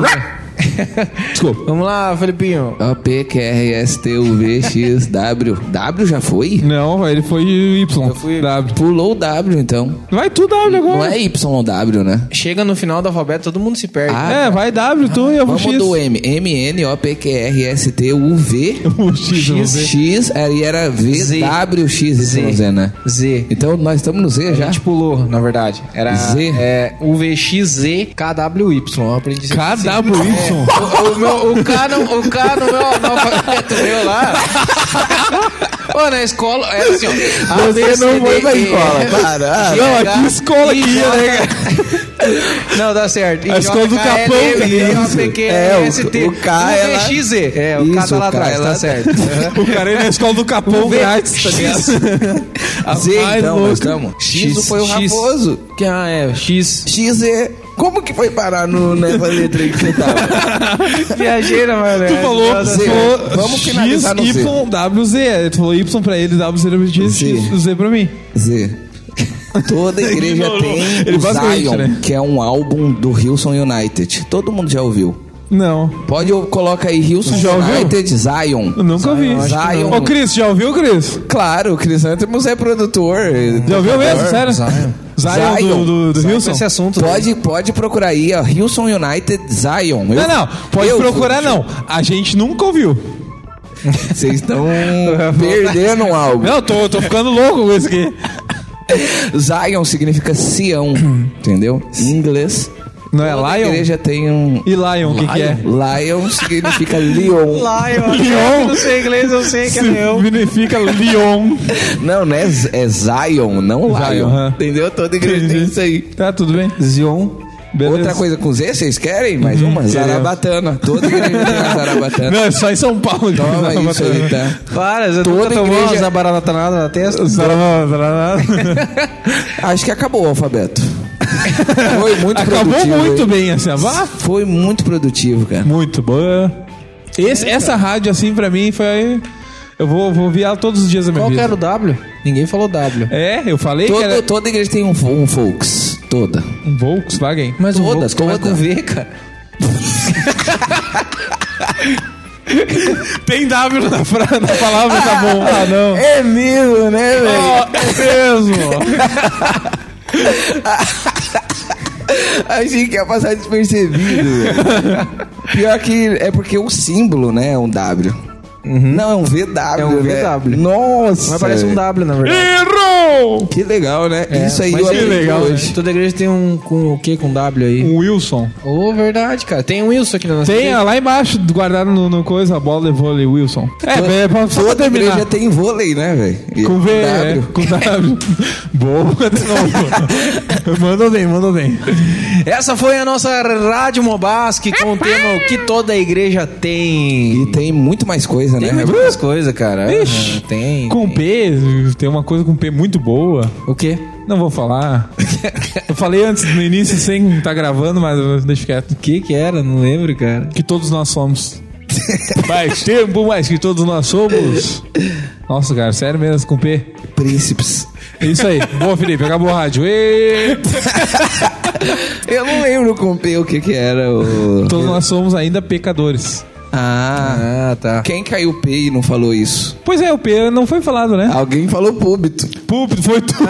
Speaker 3: Desculpa.
Speaker 2: Vamos lá, Felipinho.
Speaker 4: O P Q R S T U V X W. W já foi?
Speaker 3: Não, ele foi Y.
Speaker 2: Eu fui-
Speaker 3: W.
Speaker 4: Pulou o W então.
Speaker 3: Vai tu W
Speaker 4: Não
Speaker 3: agora.
Speaker 4: é Y ou W, né?
Speaker 2: Chega no final do alfabeto, todo mundo se perde.
Speaker 4: Ah,
Speaker 3: É, vai W, tu e eu vou
Speaker 4: Vamos
Speaker 3: X.
Speaker 4: do M. M N O P Q R S T U V
Speaker 3: O X, eu vou ver.
Speaker 4: X aí era V
Speaker 2: Z.
Speaker 4: W X
Speaker 2: Z.
Speaker 4: Y Z, né?
Speaker 2: Z.
Speaker 4: Então nós estamos no Z
Speaker 2: A
Speaker 4: já.
Speaker 3: É,
Speaker 2: gente
Speaker 3: tipo,
Speaker 2: pulou, na verdade. Era
Speaker 4: Z?
Speaker 2: É, UVXZKWY. Eu aprendi isso.
Speaker 3: KWY.
Speaker 2: É, O, o meu, o K no, o K no meu
Speaker 3: é,
Speaker 2: analfabeto meu lá. Ô, na escola, é assim, ó. A, B, C, D, E, F,
Speaker 4: para.
Speaker 3: Ah, Não,
Speaker 2: H,
Speaker 3: aqui escola aqui,
Speaker 2: I, J,
Speaker 3: né,
Speaker 2: Não, dá certo.
Speaker 3: A escola do Capão, tá
Speaker 2: é
Speaker 3: isso.
Speaker 4: É, o-
Speaker 2: ST.
Speaker 4: o K é lá-
Speaker 2: VXZ. É, o K
Speaker 4: Isso,
Speaker 2: tá lá
Speaker 4: o K é
Speaker 2: atrás,
Speaker 4: lá
Speaker 2: tá certo.
Speaker 3: O cara é na escola do Capão grátis, tá ligado? A
Speaker 4: Z
Speaker 3: mais
Speaker 4: então
Speaker 3: louca.
Speaker 4: nós estamos. X, foi o
Speaker 2: X.
Speaker 4: raposo.
Speaker 2: Que, ah, é, X.
Speaker 4: X é. Como que foi parar no, nessa letra aí que você tava?
Speaker 2: Viajei na maionese.
Speaker 3: Tu falou,
Speaker 4: Z.
Speaker 3: Z. falou
Speaker 4: Vamos
Speaker 3: Vamos
Speaker 4: finalizar
Speaker 3: finalizar
Speaker 4: no
Speaker 3: X,
Speaker 4: Z.
Speaker 3: Y, W, Z. Tu falou Y pra ele, W, Z, pra mim, X,
Speaker 4: Z.
Speaker 3: X, Z pra mim.
Speaker 4: Z. Toda igreja
Speaker 3: Ignorou.
Speaker 4: tem
Speaker 3: Ele
Speaker 4: o
Speaker 3: basicamente,
Speaker 4: Zion,
Speaker 3: né?
Speaker 4: que é um álbum do Hilson United. Todo mundo já ouviu.
Speaker 3: Não,
Speaker 4: Pode ou- coloca aí Hilson
Speaker 3: Já ouviu?
Speaker 4: United, Zion.
Speaker 3: eu nunca vi.
Speaker 4: acho que não.
Speaker 3: Ô, Cris, já ouviu, Cris?
Speaker 4: Claro, o Crisântemos é produtor.
Speaker 3: Já ouviu mesmo, sério? Zion.
Speaker 4: Zion.
Speaker 3: do, do, do Wilson?
Speaker 2: Esse assunto.
Speaker 4: Pode, pode procurar aí, ó, Hilson United, Zion.
Speaker 3: Não, não, pode procurar não. A gente nunca ouviu.
Speaker 4: Vocês estão perdendo um álbum.
Speaker 3: Não, tô, tô ficando louco com isso aqui.
Speaker 4: Zion significa Sião, entendeu? Em inglês.
Speaker 3: Não é
Speaker 4: Toda
Speaker 3: Lion?
Speaker 4: igreja tem um...
Speaker 3: E Lion, o que que é?
Speaker 4: Lion significa Leon.
Speaker 2: Lá, eu
Speaker 3: Leon.
Speaker 2: não sei inglês, eu sei que é leão.
Speaker 3: Significa Leon.
Speaker 4: Não, né? Z- É Zion, não Lion.
Speaker 3: aham.
Speaker 4: Entendeu? Toda igreja tem isso aí.
Speaker 3: Tá, tudo bem.
Speaker 2: Zion.
Speaker 3: Beleza. Hum,
Speaker 4: Outra coisa com Z, vocês querem? Mais uma?
Speaker 3: queremos.
Speaker 4: Zarabatana. Toda igreja tem uma Zarabatana.
Speaker 3: Não, é só em São Paulo.
Speaker 4: Toma isso aí, tá?
Speaker 2: Para, você
Speaker 4: Toda
Speaker 2: nunca tomou
Speaker 4: igreja-
Speaker 2: igreja... zabaratanada tá
Speaker 4: tá
Speaker 2: na testa?
Speaker 4: Acho que acabou o alfabeto. Foi muito
Speaker 3: Acabou
Speaker 4: produtivo.
Speaker 3: muito
Speaker 4: hein?
Speaker 3: bem essa. Vá
Speaker 4: Foi muito produtivo, cara.
Speaker 3: Muito boa. Esse- essa rádio, assim, pra mim, foi. Eu vou, vou ouvir ela todos os dias da minha
Speaker 2: Qual que
Speaker 3: vida.
Speaker 2: era o W? Ninguém falou W.
Speaker 3: É, eu falei que
Speaker 4: Todo-
Speaker 3: era
Speaker 4: toda igreja tem um, um Folks. Toda.
Speaker 3: um Volkswagen.
Speaker 2: Mas
Speaker 4: Toda,
Speaker 2: o Volks começa
Speaker 4: toda.
Speaker 2: com V, cara.
Speaker 3: Tem W na, fra- na palavra, tá bom. Ah, não.
Speaker 4: É mesmo, né, velho?
Speaker 3: Ó, é mesmo.
Speaker 4: Achei que ia passar despercebido, velho. Pior que é porque o símbolo, né, é um W.
Speaker 3: Uhum.
Speaker 4: Não, é um VW.
Speaker 2: É um
Speaker 4: né?
Speaker 2: VW.
Speaker 4: Nossa.
Speaker 2: Mas parece um W, na verdade.
Speaker 3: Errou!
Speaker 4: Que legal, né? Isso aí
Speaker 2: É, mas
Speaker 4: eu
Speaker 2: que
Speaker 4: aprendi
Speaker 3: É, legal,
Speaker 4: hoje.
Speaker 2: Toda igreja tem um com o que com W aí?
Speaker 3: Um Wilson.
Speaker 2: Ô, verdade, cara. Tem um Wilson aqui na nossa
Speaker 3: Tem ó, lá embaixo, guardado no, no coisa, a bola de vôlei, Wilson. É, bem, é pra só pra
Speaker 4: Toda
Speaker 3: terminar.
Speaker 4: igreja tem vôlei, né, velho?
Speaker 3: Com V, é,
Speaker 2: né?
Speaker 4: W.
Speaker 3: com W. Boa de novo. mandou bem, mandou bem.
Speaker 2: Essa foi a nossa Rádio Mobasque com o tema O que toda igreja tem.
Speaker 4: E tem muito mais coisa, coisas, né?
Speaker 2: Tem muitas coisas, cara.
Speaker 3: Ixi.
Speaker 2: Ah, Tem.
Speaker 3: Com
Speaker 2: tem.
Speaker 3: P, tem uma coisa com P muito boa.
Speaker 2: O quê?
Speaker 3: Não vou falar. Eu falei antes no início sem estar gravando, mas deixa quieto.
Speaker 2: O que que era? Não lembro, cara.
Speaker 3: Que todos nós somos. Faz tempo mais que todos nós somos. Nossa, cara, sério mesmo, com P.
Speaker 4: Príncipes.
Speaker 3: É isso aí. Boa, Felipe, acabou o rádio. Ê!
Speaker 4: Eu não lembro com P o que que era o...
Speaker 3: Todos nós somos ainda pecadores.
Speaker 4: Ah,
Speaker 2: Ah, tá.
Speaker 4: quem caiu P e não falou isso?
Speaker 3: Pois é, o P não foi falado,
Speaker 2: Ah,
Speaker 3: né?
Speaker 4: Alguém falou púbito.
Speaker 3: Púlpito foi tudo.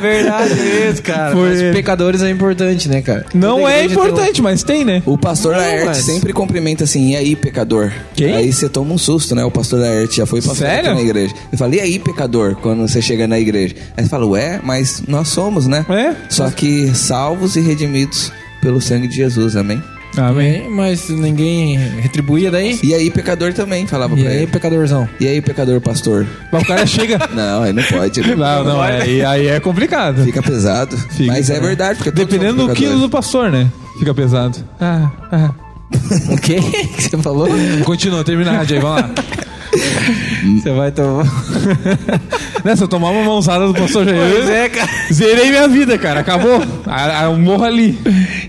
Speaker 2: Verdade é mesmo, cara.
Speaker 3: Foi
Speaker 2: Mas
Speaker 3: ele.
Speaker 2: pecadores é importante, né, cara?
Speaker 3: Não
Speaker 2: Toda
Speaker 3: é
Speaker 2: igreja tem um-
Speaker 3: importante, mas tem, né?
Speaker 4: O pastor da
Speaker 2: mas-
Speaker 4: Laerte sempre cumprimenta assim, e aí, pecador?
Speaker 3: Quem?
Speaker 4: Aí você toma um susto, né? O pastor da Laerte já foi pastor
Speaker 3: Sério?
Speaker 4: aqui na igreja. Ele fala, e aí, pecador? Quando você chega na igreja. Aí você fala, ué, mas nós somos, né?
Speaker 3: É.
Speaker 4: Só que salvos e redimidos pelo sangue de Jesus, amém?
Speaker 3: Amém.
Speaker 2: É, Mas ninguém retribuía daí?
Speaker 4: E aí, pecador também, falava
Speaker 2: E
Speaker 4: pra
Speaker 2: aí,
Speaker 4: ele.
Speaker 2: pecadorzão?
Speaker 4: E aí, pecador, pastor?
Speaker 3: Mas o cara chega.
Speaker 4: Não, aí não pode. né?
Speaker 3: Não, não, aí, aí é complicado.
Speaker 4: Fica pesado.
Speaker 3: Fica,
Speaker 4: mas é
Speaker 3: né?
Speaker 4: verdade, porque todos
Speaker 3: Dependendo
Speaker 4: somos
Speaker 3: do quilo do
Speaker 4: pecadores.
Speaker 3: pastor, né? Fica pesado. Ah, ah.
Speaker 2: O quê que você falou?
Speaker 3: Continua, termina a rádio aí, vamos lá.
Speaker 2: Você vai tomar.
Speaker 3: Né, se eu tomar uma mãozada do pastor Jair, zerei minha vida, cara. Acabou. Ah, ah, Eu morro ali.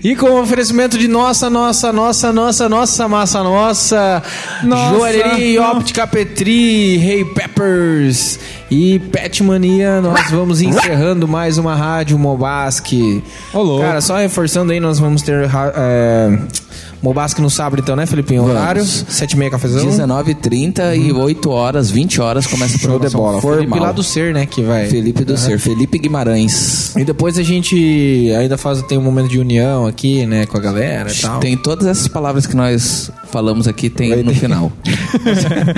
Speaker 2: E com o oferecimento de nossa, nossa, nossa, nossa, nossa, massa, nossa,
Speaker 3: Nossa,
Speaker 2: Joalheria,
Speaker 3: não.
Speaker 2: Óptica Petri, Hey Peppers e Pet Mania, nós vamos encerrando mais uma Rádio Mobasque.
Speaker 3: Ô, louco.
Speaker 2: Cara, só reforçando aí, nós vamos ter ra- é, Mobasque no sábado então, né, Felipinho? Horário, sete e meia cafezão.
Speaker 4: 19h30 e 8 horas, 20 horas começa a
Speaker 2: Uhum. Show de
Speaker 4: programação
Speaker 2: bola.
Speaker 4: formal.
Speaker 2: Felipe lá do Uhum. Ser, né, que vai...
Speaker 4: Felipe do Ser, Felipe Guimarães.
Speaker 2: E depois a gente ainda faz, tem um momento de união aqui, né, com a galera e tal.
Speaker 4: Tem todas essas palavras que nós falamos aqui, tem no final.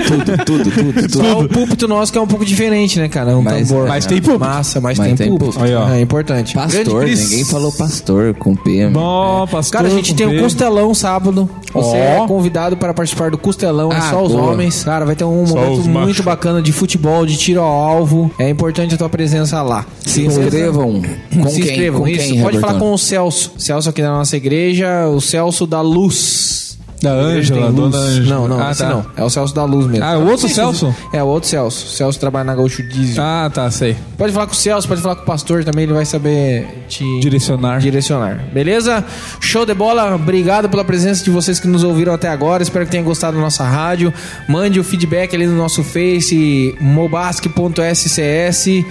Speaker 4: tudo, tudo, tudo, tudo.
Speaker 2: Só o púlpito nosso que é um pouco diferente, né, cara? Um
Speaker 4: Mas- é.
Speaker 2: tambor.
Speaker 3: mas tem púlpito.
Speaker 2: Massa, mas,
Speaker 4: Mas
Speaker 2: tem,
Speaker 4: tem
Speaker 2: púlpito.
Speaker 4: púlpito.
Speaker 3: Aí, ó.
Speaker 2: É importante.
Speaker 4: Pastor,
Speaker 2: Grande Cris.
Speaker 4: ninguém falou pastor com P.
Speaker 3: Bom, pastor.
Speaker 2: Cara, a gente tem um
Speaker 3: cumprir.
Speaker 2: costelão sábado. Você
Speaker 3: Ó.
Speaker 2: é convidado para participar do costelão, é
Speaker 4: Ah,
Speaker 2: só os
Speaker 4: boa.
Speaker 2: homens. Cara, vai ter um
Speaker 3: os
Speaker 2: momento
Speaker 3: machos.
Speaker 2: muito bacana de futebol, de tiro ao alvo. É importante a tua presença lá.
Speaker 4: Se inscrevam. Com
Speaker 2: Se
Speaker 4: quem?
Speaker 2: inscrevam,
Speaker 4: com
Speaker 2: isso.
Speaker 4: quem,
Speaker 2: Pode falar
Speaker 4: Robertão?
Speaker 2: com o Celso. Celso aqui da nossa igreja, o Celso da Luz.
Speaker 3: Da Ângela,
Speaker 2: Tem luz.
Speaker 3: dona Ângela.
Speaker 2: Não, não,
Speaker 3: Ah,
Speaker 2: esse
Speaker 3: tá.
Speaker 2: não. É o Celso da Luz mesmo.
Speaker 3: Ah, o outro Celso?
Speaker 2: É, o outro Celso. O Celso trabalha na Gaúcho Diesel.
Speaker 3: Ah, tá, sei.
Speaker 2: Pode falar com o Celso, pode falar com o pastor também, ele vai saber te
Speaker 3: Direcionar.
Speaker 2: direcionar. Beleza? Show de bola. Obrigado pela presença de vocês que nos ouviram até agora. Espero que tenham gostado da nossa rádio. Mande o feedback ali no nosso Face, mobasque.scs.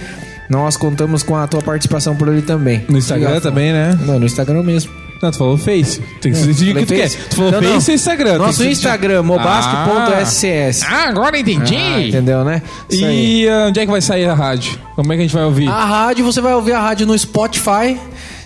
Speaker 2: Nós contamos com a tua participação por ali também.
Speaker 3: No Instagram
Speaker 2: Obrigado.
Speaker 3: também, né?
Speaker 2: Não, no Instagram mesmo.
Speaker 3: Não, tu falou Face. Tem que decidir o que tu
Speaker 2: É, Falei
Speaker 3: quer.
Speaker 2: Face?
Speaker 3: Tu falou
Speaker 2: Não, não.
Speaker 3: Face e Instagram. Tem
Speaker 2: Nosso
Speaker 3: que decidir.
Speaker 2: Instagram, mobasque.scs.
Speaker 3: Ah, agora entendi.
Speaker 2: Ah, entendeu, né? Isso aí. Ah.
Speaker 3: E ah, onde é que vai sair a rádio? Como é que a gente vai ouvir?
Speaker 2: A rádio, você vai ouvir a rádio no Spotify.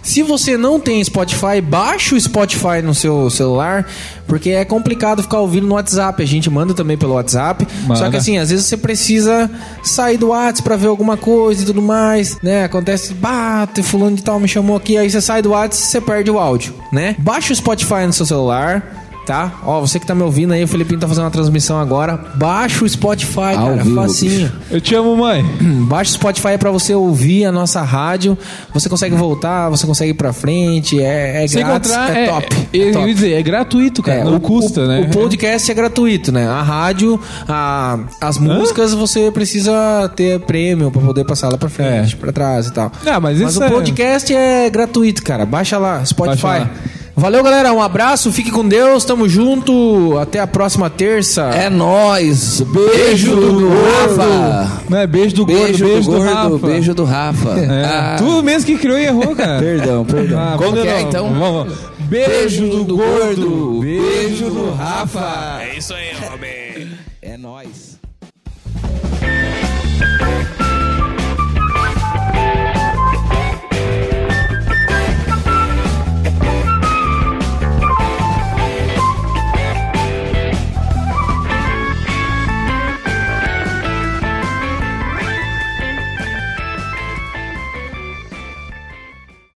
Speaker 2: Se você não tem Spotify, baixa o Spotify no seu celular, porque é complicado ficar ouvindo no WhatsApp. A gente manda também pelo WhatsApp.
Speaker 3: Manda.
Speaker 2: Só que assim, às vezes você precisa sair do WhatsApp pra ver alguma coisa e tudo mais, né? Acontece, bate, fulano de tal me chamou aqui, aí você sai do WhatsApp e você perde o áudio, né? Baixa o Spotify no seu celular. Tá? Ó, você que tá me ouvindo aí, o Felipinho tá fazendo uma transmissão agora. Baixa o Spotify,
Speaker 4: Ao
Speaker 2: cara,
Speaker 4: vivo,
Speaker 2: facinho.
Speaker 3: Eu te amo, mãe.
Speaker 2: Baixa o Spotify pra você ouvir a nossa rádio. Você consegue voltar, você consegue ir pra frente. É, é
Speaker 3: Se
Speaker 2: grátis,
Speaker 3: encontrar,
Speaker 2: é, top.
Speaker 3: Eu
Speaker 2: é
Speaker 3: ia
Speaker 2: top.
Speaker 3: dizer, é gratuito, cara.
Speaker 2: É,
Speaker 3: não custa,
Speaker 2: o,
Speaker 3: né?
Speaker 2: O podcast é gratuito, né? A rádio, a- as músicas, você precisa ter prêmio pra poder passar lá pra frente,
Speaker 3: É.
Speaker 2: pra trás e tal.
Speaker 3: Ah, mas isso
Speaker 2: o
Speaker 3: é-
Speaker 2: podcast é... gratuito, cara. Baixa lá, Spotify.
Speaker 3: Baixa lá.
Speaker 2: Valeu, galera. Um abraço, fique com Deus, tamo junto. Até a próxima terça.
Speaker 4: É nóis. Beijo do Rafa.
Speaker 3: Né? Beijo do
Speaker 4: Beijo,
Speaker 3: gordo, beijo
Speaker 4: do,
Speaker 3: do,
Speaker 4: gordo.
Speaker 3: Rafa.
Speaker 4: Beijo do Rafa.
Speaker 3: É.
Speaker 4: Ah,
Speaker 3: Tu mesmo que criou e errou, cara.
Speaker 4: Perdão, perdão.
Speaker 3: Ah,
Speaker 4: Como
Speaker 3: vamos de
Speaker 4: que é,
Speaker 3: novo.
Speaker 4: então?
Speaker 3: Vamos, vamos. Beijo, do gordo.
Speaker 4: Beijo do Rafa.
Speaker 7: É isso aí, homem.